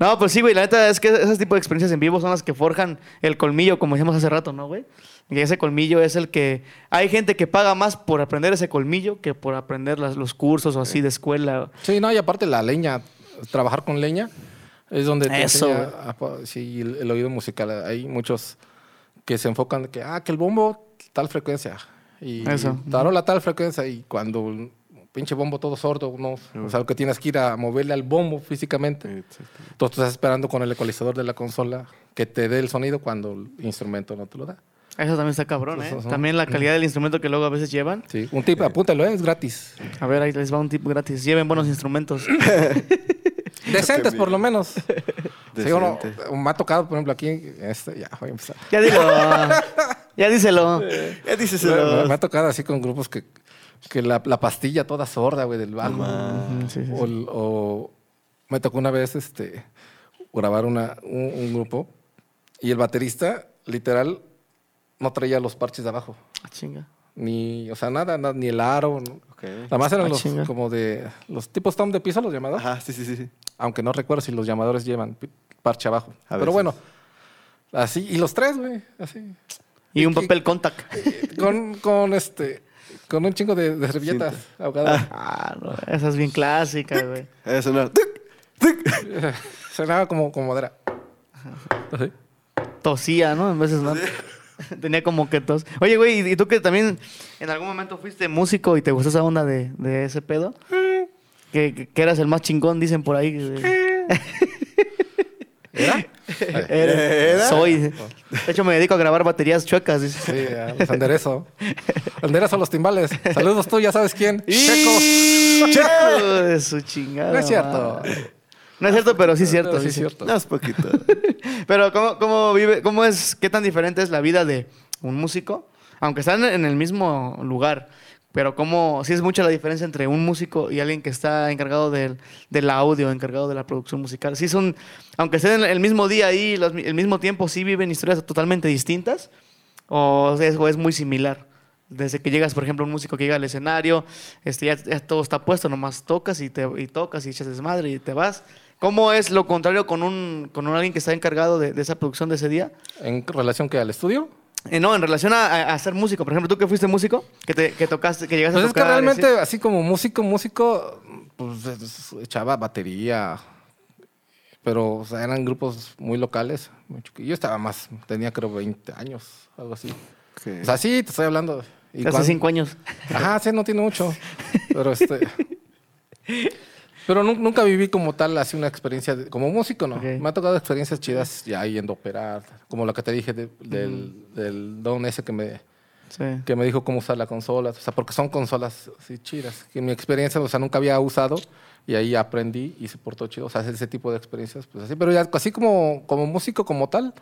Speaker 2: No, pues sí, güey, la neta es que ese tipo de experiencias en vivo son las que forjan el colmillo, como decíamos hace rato, ¿no, güey? Y ese colmillo es el que... Hay gente que paga más por aprender ese colmillo que por aprender las- los cursos o así de escuela.
Speaker 3: Sí, no, y aparte la leña, trabajar con leña es donde te
Speaker 2: Eso,
Speaker 3: enseña
Speaker 2: güey.
Speaker 3: a po- sí, el, el oído musical. Hay muchos que se enfocan que, ah, que el bombo tal frecuencia y
Speaker 2: Eso.
Speaker 3: tarola tal frecuencia y cuando un pinche bombo todo sordo, no, o sea, que tienes que ir a moverle al bombo físicamente. Entonces tú estás esperando con el ecualizador de la consola que te dé el sonido cuando el instrumento no te lo da.
Speaker 2: Eso también está cabrón, ¿eh?
Speaker 3: Eso, eso.
Speaker 2: También la calidad del instrumento que luego a veces llevan.
Speaker 3: Sí, un tip, apúntalo, ¿eh? es gratis.
Speaker 2: A ver, ahí les va un tip gratis. Lleven buenos instrumentos.
Speaker 3: Decentes por lo menos. Sí, uno-
Speaker 1: Decente.
Speaker 3: me ha tocado, por ejemplo, aquí, este, ya voy a empezar.
Speaker 2: ya dilo. ya díselo.
Speaker 1: Ya dices
Speaker 3: Me- Me, me
Speaker 1: el
Speaker 3: ha tocado así con grupos que, que la, la pastilla toda sorda, güey, del
Speaker 2: Ah, Ujú,
Speaker 3: bajo.
Speaker 2: Mm, sí, sí, sí.
Speaker 3: O, el- o me tocó una vez este, grabar una, un, un grupo y el baterista, literal, no traía los parches de abajo.
Speaker 2: Ah, chinga.
Speaker 3: Ni, o sea, nada, nada, ni el aro. no.
Speaker 1: Ok.
Speaker 3: Nada más eran
Speaker 2: Ah,
Speaker 3: los,
Speaker 2: chinga.
Speaker 3: como de los tipos tom de piso, los llamados.
Speaker 1: Ajá, sí, sí, sí. sí.
Speaker 3: Aunque no recuerdo si los llamadores llevan pi- parche abajo.
Speaker 1: A
Speaker 3: Pero
Speaker 1: veces.
Speaker 3: bueno, así. Y los tres, güey, así.
Speaker 2: Y un papel contact.
Speaker 3: con, con este con un chingo de, de servilletas ahogadas.
Speaker 2: Ah, no, esa es bien clásica, güey.
Speaker 1: Debe sonar. ¡Tic! ¡Tic!
Speaker 3: Sonaba como como madera. Así.
Speaker 2: tosía, ¿no? En veces no. Tenía como que tos. Oye, güey, ¿y- ¿y tú que también en algún momento fuiste músico y te gustó esa onda de, de ese pedo? Que, que- que eras el más chingón, dicen por ahí.
Speaker 3: ¿Era?
Speaker 2: Eres.
Speaker 1: ¿Era?
Speaker 2: Soy. De hecho, me dedico a grabar baterías chuecas. dice.
Speaker 3: Sí, ya, los enderezo. Enderezo los timbales. Saludos tú, ya sabes quién. Checo.
Speaker 2: Hijo de su chingada.
Speaker 3: No es cierto.
Speaker 2: madre. No es cierto, pero sí es cierto.
Speaker 3: Pero sí es
Speaker 2: dice.
Speaker 3: cierto.
Speaker 1: No, es poquito.
Speaker 2: Pero ¿cómo, cómo vive, cómo es, qué tan diferente es la vida de un músico? Aunque están en el mismo lugar, pero cómo, si es mucha la diferencia entre un músico y alguien que está encargado del, del audio, encargado de la producción musical. Sí son, aunque estén el mismo día ahí, los mi- el mismo tiempo, sí viven historias totalmente distintas o es, o es muy similar. Desde que llegas, por ejemplo, un músico que llega al escenario, este, ya, ya todo está puesto, nomás tocas y, te, y tocas y echas desmadre y te vas. ¿Cómo es lo contrario con un, con un alguien que está encargado de, de esa producción de ese día?
Speaker 3: En relación que al estudio.
Speaker 2: Eh, no, en relación a, a- a ser músico. Por ejemplo, tú que fuiste músico, que, te, que tocaste, que llegaste
Speaker 3: Pues
Speaker 2: a
Speaker 3: es que
Speaker 2: tocar.
Speaker 3: realmente,
Speaker 2: ese-
Speaker 3: así como músico, músico, pues es- echaba batería. Pero o sea, eran grupos muy locales. muy chiqui- Yo estaba más, tenía creo 20 años, algo así.
Speaker 1: Ok.
Speaker 3: O sea, sí, te estoy hablando. ¿Y
Speaker 2: hace
Speaker 3: cuán-
Speaker 2: cinco años.
Speaker 3: Ajá, sí, no tiene mucho. Pero este. Pero nu- nunca viví como tal, así una experiencia, de- como músico, ¿no?
Speaker 2: Ok.
Speaker 3: Me ha tocado experiencias chidas ya yendo a operar, como la que te dije de- del, del don ese que me,
Speaker 2: Sí.
Speaker 3: que me dijo cómo usar la consola, o sea, porque son consolas así chidas, que en mi experiencia, o sea, nunca había usado y ahí aprendí y se portó chido, o sea, ese tipo de experiencias, pues así, pero ya así como, como músico como tal,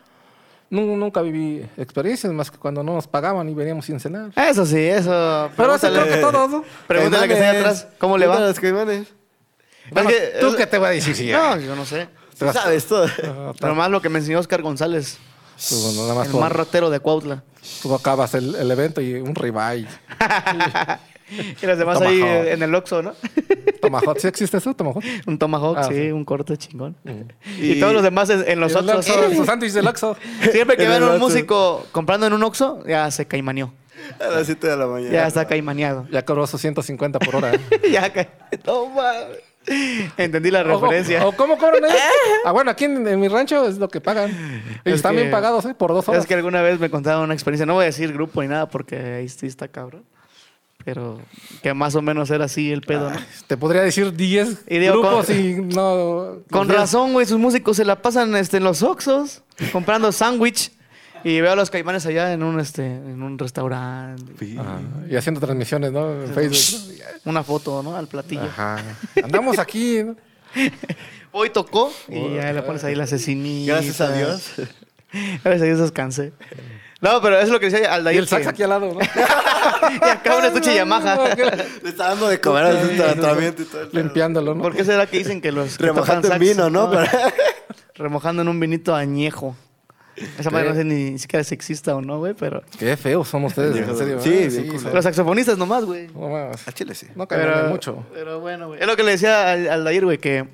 Speaker 3: nu- nunca viví experiencias más que cuando no nos pagaban y veníamos sin cenar.
Speaker 2: Eso sí, eso.
Speaker 3: Pero eso creo
Speaker 2: Pregúntale,
Speaker 3: que todos, ¿no?
Speaker 2: pregúntale que está ahí atrás, ¿cómo le
Speaker 1: Mira
Speaker 2: va?
Speaker 1: los caimanes.
Speaker 3: Bueno,
Speaker 2: Es que-
Speaker 3: ¿Tú qué te vas a decir? si ya?
Speaker 2: No, yo no sé.
Speaker 1: Sí sabes todo.
Speaker 2: Pero más lo que me enseñó Oscar González,
Speaker 3: Tú, bueno, nada más
Speaker 2: el
Speaker 3: tú,
Speaker 2: más ratero de Cuautla.
Speaker 3: tú acabas el, el evento y un ribeye.
Speaker 2: Y los demás ahí
Speaker 3: Tomahawk.
Speaker 2: eh, en el Oxxo, ¿no?
Speaker 3: Tomahawk. ¿Sí existe eso, Tomahawk?
Speaker 2: Un Tomahawk,
Speaker 3: Ah,
Speaker 2: sí,
Speaker 3: sí.
Speaker 2: un corte chingón. Y,
Speaker 1: Y-
Speaker 2: todos los demás en, en los
Speaker 3: El
Speaker 2: Oxxos.
Speaker 3: Oxxo, Su sándwich del Oxxo.
Speaker 2: Siempre que
Speaker 1: En
Speaker 2: ven
Speaker 1: el
Speaker 2: a un
Speaker 1: Oxxo.
Speaker 2: músico comprando en un Oxxo, ya se caimaneó.
Speaker 1: A las 7 de la mañana.
Speaker 2: Ya está caimaneado.
Speaker 3: Ya cobró sus 150 por hora.
Speaker 2: ya ca- No mames. Entendí la
Speaker 3: Ojo,
Speaker 2: referencia.
Speaker 3: ¿O cómo cobran ellos? Ah, bueno, aquí en, en mi rancho es lo que pagan. Y
Speaker 2: Es
Speaker 3: están
Speaker 2: que-
Speaker 3: bien pagados, ¿eh? Por dos horas.
Speaker 2: Es que alguna vez me contaron una experiencia, no voy a decir grupo ni nada porque ahí sí está cabrón, pero que más o menos era así el pedo, ¿no?
Speaker 3: Te podría decir 10
Speaker 2: Y digo,
Speaker 3: grupos
Speaker 2: con-
Speaker 3: y no...
Speaker 2: Con
Speaker 3: no-
Speaker 2: razón, güey, sus músicos se la pasan este, en los Oxxos comprando sándwich y veo a los caimanes allá en un, este, en un restaurante.
Speaker 3: Ah, y haciendo transmisiones, ¿no? En Facebook.
Speaker 2: Una foto, ¿no? Al platillo.
Speaker 3: Ajá. Andamos aquí. ¿no?
Speaker 2: Hoy tocó y ya le pones ahí la asesinita.
Speaker 1: Gracias a Dios.
Speaker 2: Gracias a Dios descansé. No, pero es lo que decía
Speaker 3: Y
Speaker 2: Aldair.
Speaker 3: el sax
Speaker 2: que-
Speaker 3: aquí al lado, ¿no?
Speaker 2: y acá un estuche Yamaha.
Speaker 1: Le está dando de comer al tratamiento y todo. el pedo.
Speaker 3: Limpiándolo, ¿no?
Speaker 2: ¿Por qué será que dicen que los que tocan
Speaker 1: Remojando en
Speaker 2: sax-
Speaker 1: vino, ¿no? Para-
Speaker 2: Remojando en un vinito añejo. Esa madre no sé ni siquiera si exista o no, güey, pero...
Speaker 3: Qué feos son ustedes, en
Speaker 1: Sí,
Speaker 3: serio.
Speaker 1: bien
Speaker 3: Ah,
Speaker 1: culo.
Speaker 3: son-
Speaker 2: Los saxofonistas nomás, güey.
Speaker 3: No, mames.
Speaker 1: A Chile sí.
Speaker 3: No cambian
Speaker 2: Pero,
Speaker 3: mucho.
Speaker 2: pero bueno, güey. Es lo que le decía al, al Dair, güey, que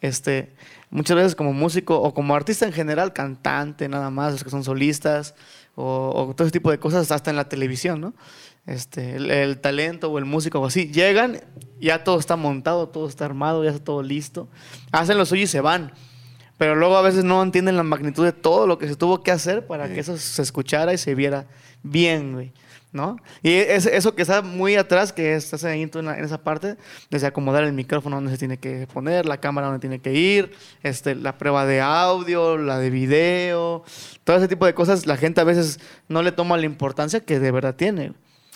Speaker 2: este, muchas veces como músico o como artista en general, cantante nada más, los que son solistas o, o todo ese tipo de cosas, hasta en la televisión, ¿no? Este, el, el talento o el músico o así, llegan, ya todo está montado, todo está armado, ya está todo listo, hacen lo suyo y se van. Pero luego a veces no entienden la magnitud de todo lo que se tuvo que hacer para que eso se escuchara y se viera bien, güey. ¿No? Y es, eso que está muy atrás, que estás ahí tú en, la- en esa parte, desde acomodar el micrófono donde se tiene que poner, la cámara donde tiene que ir, este, la prueba de audio, la de video, todo ese tipo de cosas, la gente a veces no le toma la importancia que de verdad tiene.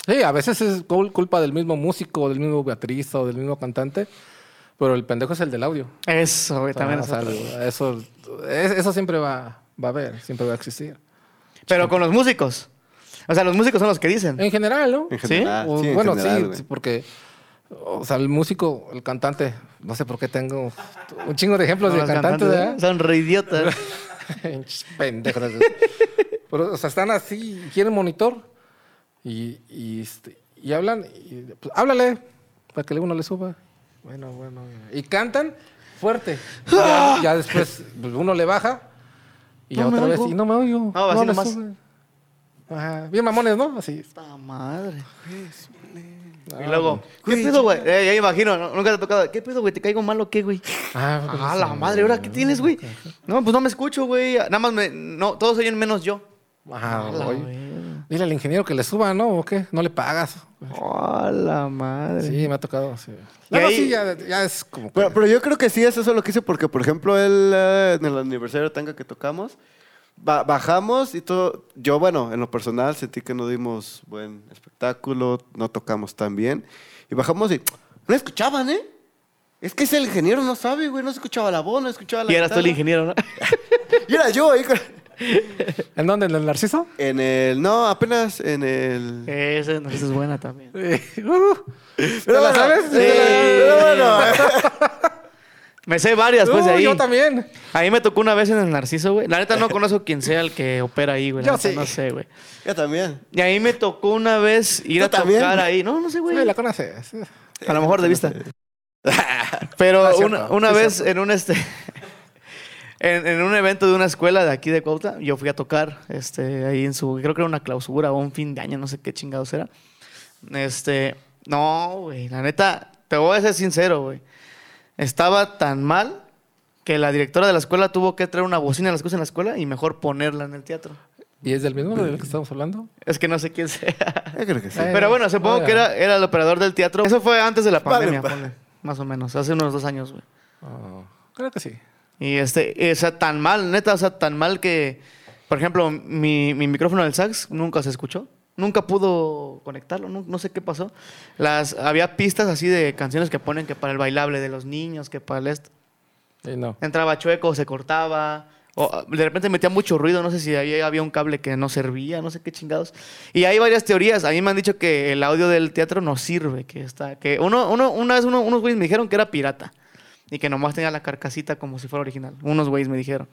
Speaker 3: Sí, a veces es cul- culpa del mismo músico, o del mismo baterista o del mismo cantante, pero el pendejo es el del audio.
Speaker 2: Eso, güey, también
Speaker 3: O
Speaker 2: es
Speaker 3: sea,
Speaker 2: otra.
Speaker 3: eso, es- eso siempre va, va a haber, siempre va a existir.
Speaker 2: Pero con los músicos. O sea, los músicos son los que dicen.
Speaker 3: En general, ¿no?
Speaker 1: En
Speaker 2: ¿Sí?
Speaker 1: general,
Speaker 3: O-
Speaker 1: en
Speaker 3: bueno,
Speaker 1: general,
Speaker 3: sí,
Speaker 1: güey.
Speaker 3: sí, porque, o sea, el músico, el cantante, no sé por qué tengo un chingo de ejemplos
Speaker 2: Son
Speaker 3: de
Speaker 2: los
Speaker 3: cantantes,
Speaker 2: cantantes, ¿eh?
Speaker 3: ¿verdad?
Speaker 2: Son reidiotas.
Speaker 3: Pinches pendejos. Pero, o sea, están así, quieren monitor y, y, este, y hablan, y, pues, háblale para que uno le suba. Bueno, bueno. bueno. Y cantan fuerte. Ya, ya después pues, uno le baja y ya
Speaker 2: No me
Speaker 3: otra vez.
Speaker 2: oigo.
Speaker 3: Y no me oigo.
Speaker 2: No, así
Speaker 3: le
Speaker 2: nomás.
Speaker 3: sube. Ajá, Bien mamones, ¿no? Así.
Speaker 2: Puta madre.
Speaker 3: Ah,
Speaker 2: Y luego, ¿qué pedo, güey? Eh, ya me imagino, ¿no? nunca te ha tocado. ¿Qué pedo, güey? ¿Te caigo mal o qué, güey?
Speaker 3: Ah,
Speaker 2: Ah, la madre, ¿ahora qué tienes, güey? No, pues no me escucho, güey. Nada más me. No, todos oyen menos yo.
Speaker 3: Ajá,
Speaker 2: la
Speaker 3: oye.
Speaker 2: verga.
Speaker 3: Dile al ingeniero que le suba, ¿no? ¿O qué? No le pagas.
Speaker 2: ¡Ah, la madre!
Speaker 3: Sí, me ha tocado. Sí.
Speaker 2: Y
Speaker 3: No, no,
Speaker 2: ahí-
Speaker 3: sí, ya, ya es como. que-
Speaker 1: Pero, pero yo creo que sí es eso lo que hice, porque por ejemplo, él, eh, en el aniversario de Tanga que tocamos, ba- bajamos y todo. Yo, bueno, en lo personal sentí que no dimos buen espectáculo, no tocamos tan bien. Y bajamos y no escuchaban, ¿eh? Es que ese ingeniero no sabe, güey, no se escuchaba la voz, no se escuchaba la
Speaker 2: Y eras tú el
Speaker 1: guitarra.
Speaker 2: ingeniero, ¿no?
Speaker 1: Y era yo ahí. con-
Speaker 3: ¿En dónde? ¿En el Narciso?
Speaker 1: En el. No, apenas en el.
Speaker 2: Esa esa es buena también.
Speaker 1: ¿Pero
Speaker 3: la
Speaker 1: bueno,
Speaker 3: sabes?
Speaker 1: sí,
Speaker 3: Uh. ¿Te la-
Speaker 1: pero bueno.
Speaker 2: Me sé varias, pues, de
Speaker 3: Uh,
Speaker 2: ahí.
Speaker 3: Yo también.
Speaker 2: A mí me tocó una vez en el Narciso, güey. La neta no conozco quién sea el que opera ahí, güey. La
Speaker 3: Yo
Speaker 2: neta
Speaker 3: sí.
Speaker 2: No sé, güey.
Speaker 1: Yo también.
Speaker 2: Y ahí me tocó una vez ir
Speaker 1: ¿Tú
Speaker 2: a tocar
Speaker 1: también?
Speaker 2: ahí. No, no sé, güey.
Speaker 3: Ay, la conoces.
Speaker 2: A lo mejor de vista. Pero
Speaker 3: Ah, cierto.
Speaker 2: una, una
Speaker 3: Sí,
Speaker 2: vez en un este en, en un evento de una escuela de aquí de Cuautla, yo fui a tocar este ahí en su creo que era una clausura o un fin de año, no sé qué chingados era. Este, no, güey, la neta te voy a ser sincero, güey. Estaba tan mal que la directora de la escuela tuvo que traer una bocina a las cosas en la escuela y mejor ponerla en el teatro.
Speaker 3: ¿Y es del mismo del que estamos hablando?
Speaker 2: Es que no sé quién sea.
Speaker 1: Ah, Yo creo que sí.
Speaker 3: Ay,
Speaker 2: Pero bueno, supongo
Speaker 3: Oiga.
Speaker 2: que era, era el operador del teatro. Eso fue antes de la
Speaker 1: Vale,
Speaker 2: pandemia,
Speaker 1: pa-
Speaker 2: ponle, más o menos, hace unos dos años, güey.
Speaker 3: Oh, creo que sí.
Speaker 2: Y este, o sea, tan mal, neta, o sea, tan mal que, por ejemplo, mi, mi micrófono del sax nunca se escuchó. Nunca pudo conectarlo, no, no sé qué pasó. Las, había pistas así de canciones que ponen que para el bailable de los niños, que para el esto.
Speaker 3: Sí, no.
Speaker 2: Entraba chueco, se cortaba. O ah, de repente metía mucho ruido, no sé si ahí había un cable que no servía, no sé qué chingados. Y hay varias teorías. A mí me han dicho que el audio del teatro no sirve, que está. Que uno, uno, una vez uno- unos güeyes me dijeron que era pirata. Y que nomás tenía la carcasita como si fuera original. Unos güeyes me dijeron.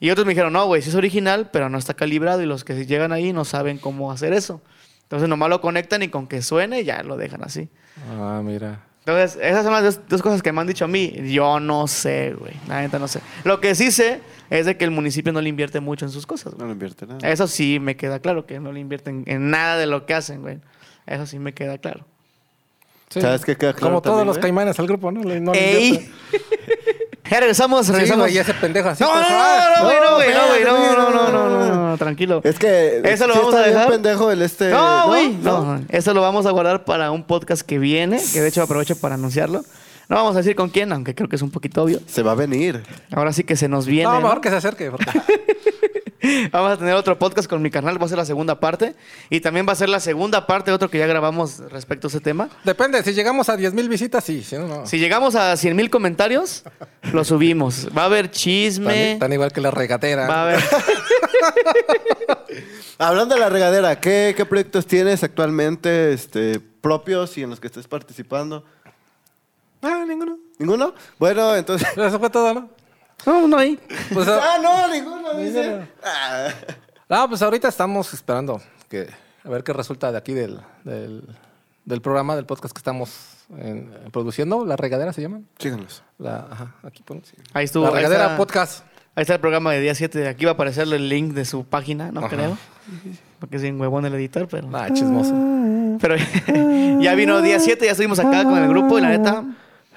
Speaker 2: Y otros me dijeron, no, güey, sí es original, pero no está calibrado. Y los que llegan ahí no saben cómo hacer eso. Entonces nomás lo conectan y con que suene ya lo dejan así.
Speaker 3: Ah, mira.
Speaker 2: Entonces, esas son las dos, dos cosas que me han dicho a mí. Yo no sé, güey. La neta no sé. Lo que sí sé es de que el municipio no le invierte mucho en sus cosas,
Speaker 1: No
Speaker 2: güey.
Speaker 1: le invierte nada.
Speaker 2: Eso sí me queda claro, que no le invierten en nada de lo que hacen, güey. Eso sí me queda claro.
Speaker 3: Sí.
Speaker 1: ¿Sabes qué queda claro
Speaker 3: Como todos
Speaker 1: también, eh?
Speaker 3: los
Speaker 1: güey?
Speaker 3: caimanes al grupo, ¿no? Le- no le
Speaker 2: ¡Ey!
Speaker 3: invierten.
Speaker 2: Ya regresamos,
Speaker 3: Sí,
Speaker 2: regresamos.
Speaker 3: güey, y ese pendejo así.
Speaker 2: No,
Speaker 3: pues,
Speaker 2: no,
Speaker 3: ah,
Speaker 2: no, no, güey, no, güey, no, güey, no,
Speaker 1: espérate,
Speaker 2: no, no, no, no,
Speaker 1: no, no,
Speaker 2: no, tranquilo.
Speaker 3: Este,
Speaker 1: Es que.
Speaker 2: Eso lo
Speaker 1: sí
Speaker 2: vamos
Speaker 1: está
Speaker 2: a
Speaker 1: bien
Speaker 2: dejar.
Speaker 1: pendejo el este.
Speaker 2: No, güey. No, eso lo vamos a guardar para un podcast que viene, que de hecho aprovecho para anunciarlo. No vamos a decir con quién, aunque creo que es un poquito obvio.
Speaker 1: Se va a venir.
Speaker 2: Ahora sí que se nos viene.
Speaker 3: No,
Speaker 2: ¿no?
Speaker 3: mejor que se acerque. porque-
Speaker 2: Vamos a tener otro podcast con mi canal, va a ser la segunda parte. Y también va a ser la segunda parte de otro que ya grabamos respecto a ese tema.
Speaker 3: Depende, si llegamos a 10.000 visitas, sí. Si no, no.
Speaker 2: Si llegamos a 100 mil comentarios, lo subimos. Va a haber
Speaker 3: Tan,
Speaker 2: chisme.
Speaker 3: tan igual que la regatera.
Speaker 2: Va a haber.
Speaker 1: Hablando de la regadera, ¿qué, qué proyectos tienes actualmente este, propios y en los que estés participando?
Speaker 3: Ah, ninguno.
Speaker 1: ¿Ninguno? Bueno, entonces.
Speaker 3: Eso fue todo, ¿no?
Speaker 2: No, no hay.
Speaker 3: Pues, ah,
Speaker 1: ah, no, ninguno, dice.
Speaker 3: Ninguno.
Speaker 1: Ah.
Speaker 3: no, pues ahorita estamos esperando que, a ver qué resulta de aquí del, del, del programa, del podcast que estamos en- eh, produciendo. La regadera se llama.
Speaker 1: Síganlos.
Speaker 3: La, ajá, aquí pon- sí.
Speaker 2: Ahí estuvo.
Speaker 3: La
Speaker 2: ahí
Speaker 3: regadera
Speaker 2: está-
Speaker 3: podcast.
Speaker 2: Ahí está el programa de día 7. Aquí va a aparecer el link de su página, no
Speaker 3: Ajá.
Speaker 2: creo. Porque soy un huevón el editor, pero.
Speaker 3: Ah, chismoso.
Speaker 2: Pero ya vino día 7, ya estuvimos acá con el grupo y la neta,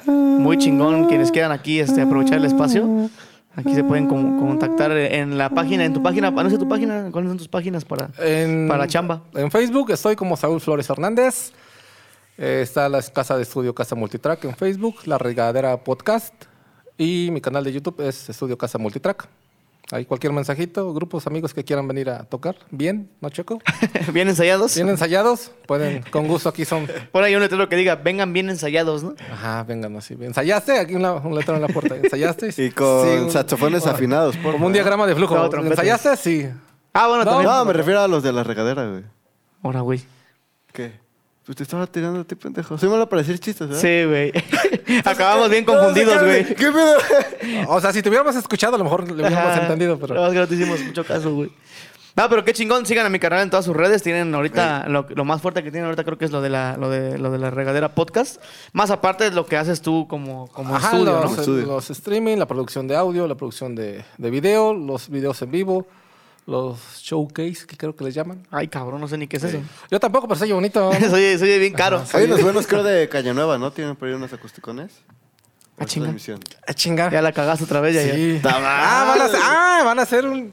Speaker 2: muy chingón quienes quedan aquí, este, aprovechar el espacio. Aquí se pueden con- contactar en la página, en tu página, no sé tu página, ¿cuáles son tus páginas para?
Speaker 3: En,
Speaker 2: Para chamba.
Speaker 3: En Facebook estoy como Saúl Flores Hernández. Eh, está la casa de estudio Casa Multitrack en Facebook, La Regadera Podcast. Y mi canal de YouTube es Estudio Casa Multitrack. Ahí cualquier mensajito, grupos, amigos que quieran venir a tocar. Bien, no checo.
Speaker 2: bien ensayados.
Speaker 3: Bien ensayados, pueden, con gusto aquí son.
Speaker 2: Por ahí un letrero que diga, vengan bien ensayados, ¿no?
Speaker 3: Ajá, vengan así. ¿Ensayaste? Aquí una- un letrero en la puerta. ¿Ensayaste?
Speaker 1: Y con
Speaker 3: Sí, un-
Speaker 1: saxofones afinados. Por
Speaker 3: Como un diagrama de flujo.
Speaker 2: No, trompetas.
Speaker 3: ¿Ensayaste? Sí.
Speaker 2: Ah, bueno,
Speaker 3: No.
Speaker 2: también.
Speaker 1: No, me refiero a los de la regadera, güey.
Speaker 2: Ahora, güey.
Speaker 1: ¿Qué? Pues te estaba tirando a ti, pendejo. Soy malo para decir chistes, ¿verdad?
Speaker 2: Sí, güey. Acabamos bien confundidos,
Speaker 1: ¿Eh? Todos se
Speaker 2: güey.
Speaker 1: quedaron de, ¿Qué pedo?
Speaker 3: O sea, si te hubiéramos escuchado, a lo mejor le hubiéramos
Speaker 2: Ajá.
Speaker 3: entendido,
Speaker 2: Ah. Nada
Speaker 3: pero...
Speaker 2: más que no te hicimos mucho caso, güey. No, pero qué chingón, sigan a mi canal en todas sus redes. Tienen ahorita lo, lo más fuerte que tienen ahorita creo que es lo de la, lo de, lo de la regadera podcast. Más aparte de lo que haces tú como, como
Speaker 3: Ajá,
Speaker 2: estudio,
Speaker 3: los,
Speaker 2: ¿no?
Speaker 1: estudio.
Speaker 3: los streaming, la producción de audio, la producción de, de video, los videos en vivo, los showcase, que creo que les llaman.
Speaker 2: Ay, cabrón, no sé ni qué es eso.
Speaker 3: Yo tampoco, pero soy bonito.
Speaker 2: soy, soy bien caro.
Speaker 1: Hay unos buenos, creo, de Cañanueva, ¿no? Tienen por ahí unos acusticones.
Speaker 2: Ah, chinga.
Speaker 1: Transmisión.
Speaker 3: A chingar.
Speaker 2: Ya la cagaste otra vez, ya. ya.
Speaker 3: Sí.
Speaker 1: Ta
Speaker 3: Ah, van a hacer, ah, van a hacer un...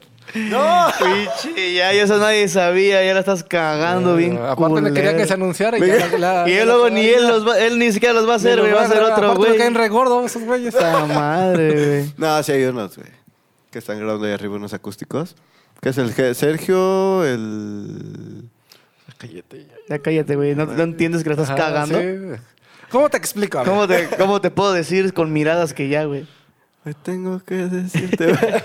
Speaker 2: Pinche, ya, ya eso nadie sabía, ya la estás cagando bien.
Speaker 3: Eh, Aparte le quería que se
Speaker 2: culero.
Speaker 3: anunciara y,
Speaker 1: Mira.
Speaker 3: ya la- la-
Speaker 2: Y él luego ni él los va- él ni siquiera los va a
Speaker 3: Ni
Speaker 2: hacer,
Speaker 3: los
Speaker 2: güey. Va a ser otro,
Speaker 3: Aparte me
Speaker 2: güey.
Speaker 3: caen re gordos esos güeyes.
Speaker 2: Esta madre, güey.
Speaker 1: No, sí hay unos, güey. Que están grabando ahí arriba unos acústicos. Que es el Ge- Sergio, el...
Speaker 3: Cállate ya.
Speaker 2: Ya cállate, güey. No, no entiendes que la estás
Speaker 3: Ajá,
Speaker 2: cagando.
Speaker 3: sí. ¿Cómo te explico? a ver?
Speaker 2: ¿Cómo te, ¿Cómo te puedo decir con miradas que ya, güey?
Speaker 1: Hoy tengo que decirte, güey.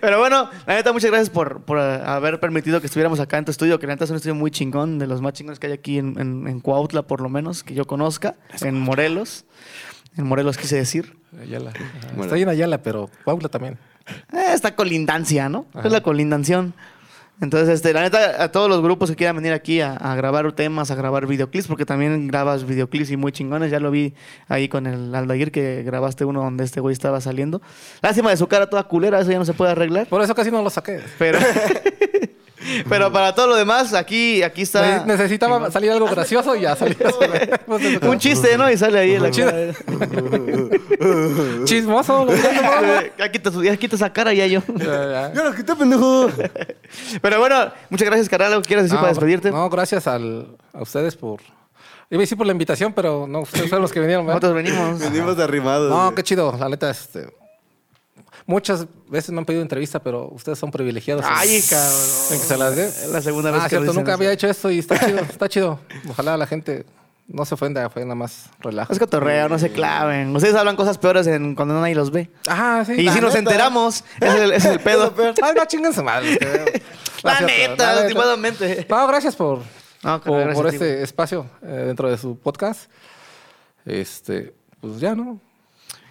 Speaker 2: Pero bueno, la neta, muchas gracias por, por eh, haber permitido que estuviéramos acá en tu estudio, que la neta es un estudio muy chingón, de los más chingones que hay aquí en, en, en Cuautla, por lo menos, que yo conozca, en Morelos. En Morelos quise decir.
Speaker 3: Ayala. Ajá,
Speaker 1: Bueno.
Speaker 3: Está en Ayala, pero Paula también.
Speaker 2: Eh, esta colindancia, ¿no? Es la colindanción. Entonces, este, la neta, a todos los grupos que quieran venir aquí a, a grabar temas, a grabar videoclips, porque también grabas videoclips y muy chingones. Ya lo vi ahí con el Aldair que grabaste uno donde este güey estaba saliendo. Lástima de su cara toda culera, eso ya no se puede arreglar.
Speaker 3: Por eso casi no lo saqué.
Speaker 2: Pero, pero para todo lo demás, aquí, aquí está.
Speaker 3: Ne- Necesitaba salir algo gracioso y ya salió.
Speaker 2: Un chiste, ¿no? Y sale ahí la
Speaker 3: Chido.
Speaker 2: cara.
Speaker 3: chismoso. lo siento, mamá.
Speaker 2: Ya quita, su- ya quita esa cara ya yo.
Speaker 3: Ya, ya.
Speaker 1: ¡Yo lo quité, pendejo!
Speaker 2: Pero bueno, muchas gracias, carnal. ¿Algo que quieras decir
Speaker 3: No,
Speaker 2: para despedirte?
Speaker 3: No, gracias al- a ustedes por. Iba a decir por la invitación, pero no, ustedes fueron los que vinieron. ¿verdad?
Speaker 2: Nosotros venimos.
Speaker 1: Venimos derrimados.
Speaker 3: No,
Speaker 1: güey.
Speaker 3: qué chido, la neta. Este, muchas veces me han pedido entrevista, pero ustedes son privilegiados. en-
Speaker 2: Ay,
Speaker 3: en que se
Speaker 2: cabrón.
Speaker 3: las dé.
Speaker 2: Es la segunda vez
Speaker 3: Ah,
Speaker 2: que
Speaker 3: cierto,
Speaker 2: dicen
Speaker 3: nunca
Speaker 2: eso.
Speaker 3: había hecho esto y está chido, está chido. Ojalá la gente no se ofenda, fue nada más relaja.
Speaker 2: Es cotorreo, no se claven. Ustedes hablan cosas peores en cuando nadie los ve.
Speaker 3: Ajá, sí.
Speaker 2: Y
Speaker 3: la
Speaker 2: si nos
Speaker 3: neta.
Speaker 2: enteramos, ese es el, ese es el pedo.
Speaker 3: Ay, no chinguen su madre. los que veo.
Speaker 2: La
Speaker 3: No es cierto,
Speaker 2: neta, últimamente.
Speaker 3: No, gracias por,
Speaker 2: No,
Speaker 3: por,
Speaker 2: gracias
Speaker 3: por
Speaker 2: a ti,
Speaker 3: este espacio eh, dentro de su podcast. Este, pues ya, ¿no?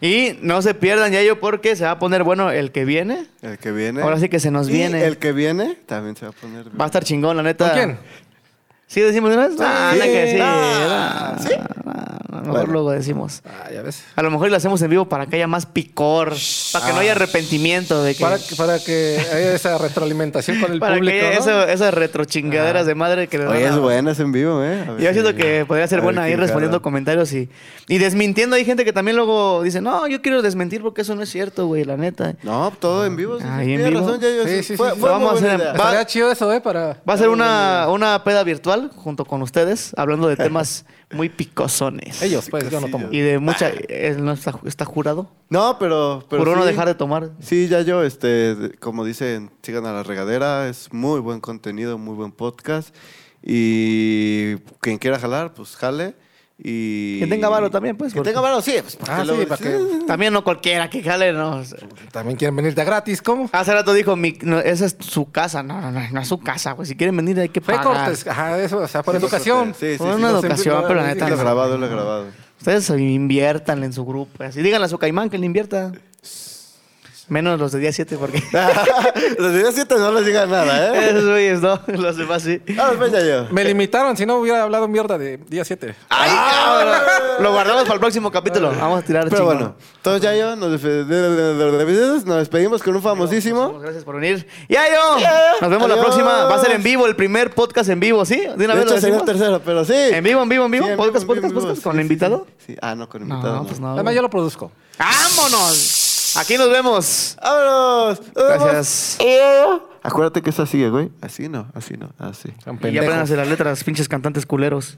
Speaker 2: Y no se pierdan, ya yo, porque se va a poner bueno el que viene.
Speaker 1: El que viene.
Speaker 2: Ahora sí que se nos
Speaker 1: Y
Speaker 2: viene.
Speaker 1: El que viene también se va a poner.
Speaker 2: Va a estar chingón, la neta.
Speaker 3: ¿Con quién?
Speaker 2: ¿Sí decimos de una vez? No,
Speaker 1: Sí.
Speaker 2: no que sí.
Speaker 1: Ah,
Speaker 2: no,
Speaker 1: ¿sí?
Speaker 2: no, no, mejor
Speaker 1: Bueno.
Speaker 2: luego decimos.
Speaker 3: Ah, ya ves.
Speaker 2: A lo mejor lo hacemos en vivo para que haya más picor, para que no haya arrepentimiento de que.
Speaker 3: Para, que- para que haya esa retroalimentación con el
Speaker 2: para
Speaker 3: público.
Speaker 2: que haya
Speaker 3: ¿no?
Speaker 2: eso- esas retrochingaderas de madre que le dan
Speaker 1: Oye,
Speaker 2: a-
Speaker 1: es buena, es en vivo, ¿eh? A ver
Speaker 2: Yo
Speaker 1: si-
Speaker 2: siento que podría ser
Speaker 1: a ver
Speaker 2: buena ir
Speaker 1: quién
Speaker 2: respondiendo
Speaker 1: gana.
Speaker 2: comentarios y, y desmintiendo. Hay gente que también luego dice, no, yo quiero desmentir porque eso no es cierto, güey, la neta.
Speaker 1: No, todo en vivo. Sí,
Speaker 2: Ah,
Speaker 1: sí,
Speaker 2: ¿y en
Speaker 1: tienes
Speaker 2: vivo?
Speaker 1: razón, Yayo,
Speaker 3: Sí,
Speaker 1: sí,
Speaker 3: sí,
Speaker 1: fue-
Speaker 3: sí,
Speaker 1: fue
Speaker 2: lo
Speaker 1: muy
Speaker 2: vamos a
Speaker 1: buena
Speaker 2: hacer en-
Speaker 1: idea.
Speaker 2: va-
Speaker 3: Estaría chido eso, ¿eh? Para...
Speaker 2: Va a ser una, una peda virtual junto con ustedes, hablando de temas muy picosones.
Speaker 3: Ellos, pues, yo no tomo.
Speaker 2: Y de mucha... él no está, está jurado.
Speaker 1: No, pero... pero
Speaker 2: Juró no
Speaker 1: sí.
Speaker 2: dejar de tomar.
Speaker 1: Sí, ya yo, este, de- como dicen, sigan a la regadera, es muy buen contenido, muy buen podcast. Y quien quiera jalar, pues jale. Y...
Speaker 2: Que tenga varo también, pues,
Speaker 1: Que
Speaker 2: porque-
Speaker 1: tenga varo, sí. Pues,
Speaker 3: Ah,
Speaker 1: lo-
Speaker 3: sí, para que-
Speaker 2: También no cualquiera que jale, no.
Speaker 3: También quieren venir de gratis, ¿cómo?
Speaker 2: Hace rato dijo, mi, no, esa es su casa. No, no, no, no es su casa, güey. Si quieren venir hay que
Speaker 3: Fue
Speaker 2: pagar.
Speaker 3: cortes. Ajá, eso, o sea, por educación.
Speaker 1: Sí, sí, sí.
Speaker 2: Por una
Speaker 1: No, sí,
Speaker 2: educación,
Speaker 1: no,
Speaker 2: pero la
Speaker 1: sí,
Speaker 2: neta
Speaker 1: Lo
Speaker 2: no.
Speaker 1: grabado, lo grabado.
Speaker 2: Ustedes inviertan en su grupo. Así díganle a su caimán que le invierta. Menos los de día 7 porque...
Speaker 1: Los días 7 no les digan nada, ¿eh?
Speaker 2: Esos güeyes, no, los demás sí.
Speaker 1: Vamos, pues, Yayo.
Speaker 3: Me limitaron, si no hubiera hablado mierda de día 7.
Speaker 2: ¡Ay, cabrón! Lo guardamos para el próximo capítulo. Vamos a tirar
Speaker 1: Ah. Pero
Speaker 2: chingón.
Speaker 1: bueno, entonces ya yo nos, despe- nos despedimos con un famosísimo.
Speaker 2: Muchísimas Gracias por venir. ¡Ya, yo! Nos vemos la
Speaker 1: Adiós.
Speaker 2: próxima. Va a ser en vivo, el primer podcast en vivo, ¿sí? De una
Speaker 1: De
Speaker 2: vez lo
Speaker 1: hecho, sería el
Speaker 2: decimos.
Speaker 1: tercero, pero sí.
Speaker 2: ¿En vivo, en vivo, en vivo?
Speaker 1: Sí,
Speaker 2: ¿Podcast,
Speaker 1: en
Speaker 2: podcast,
Speaker 1: en
Speaker 2: podcast?
Speaker 1: Sí,
Speaker 2: ¿Con
Speaker 1: sí,
Speaker 2: invitado?
Speaker 1: Sí, Sí. Ah, no, con
Speaker 2: No,
Speaker 1: invitado. No,
Speaker 2: pues no.
Speaker 3: Además, yo lo produzco.
Speaker 2: ¡Vámonos! Aquí nos vemos.
Speaker 1: ¡Vámonos! Nos vemos. Eh.
Speaker 2: Gracias.
Speaker 1: Acuérdate que esa sigue, güey. Así no, así no, así.
Speaker 2: Y ya
Speaker 3: Pendejos.
Speaker 2: apréndanse las letras, pinches cantantes culeros.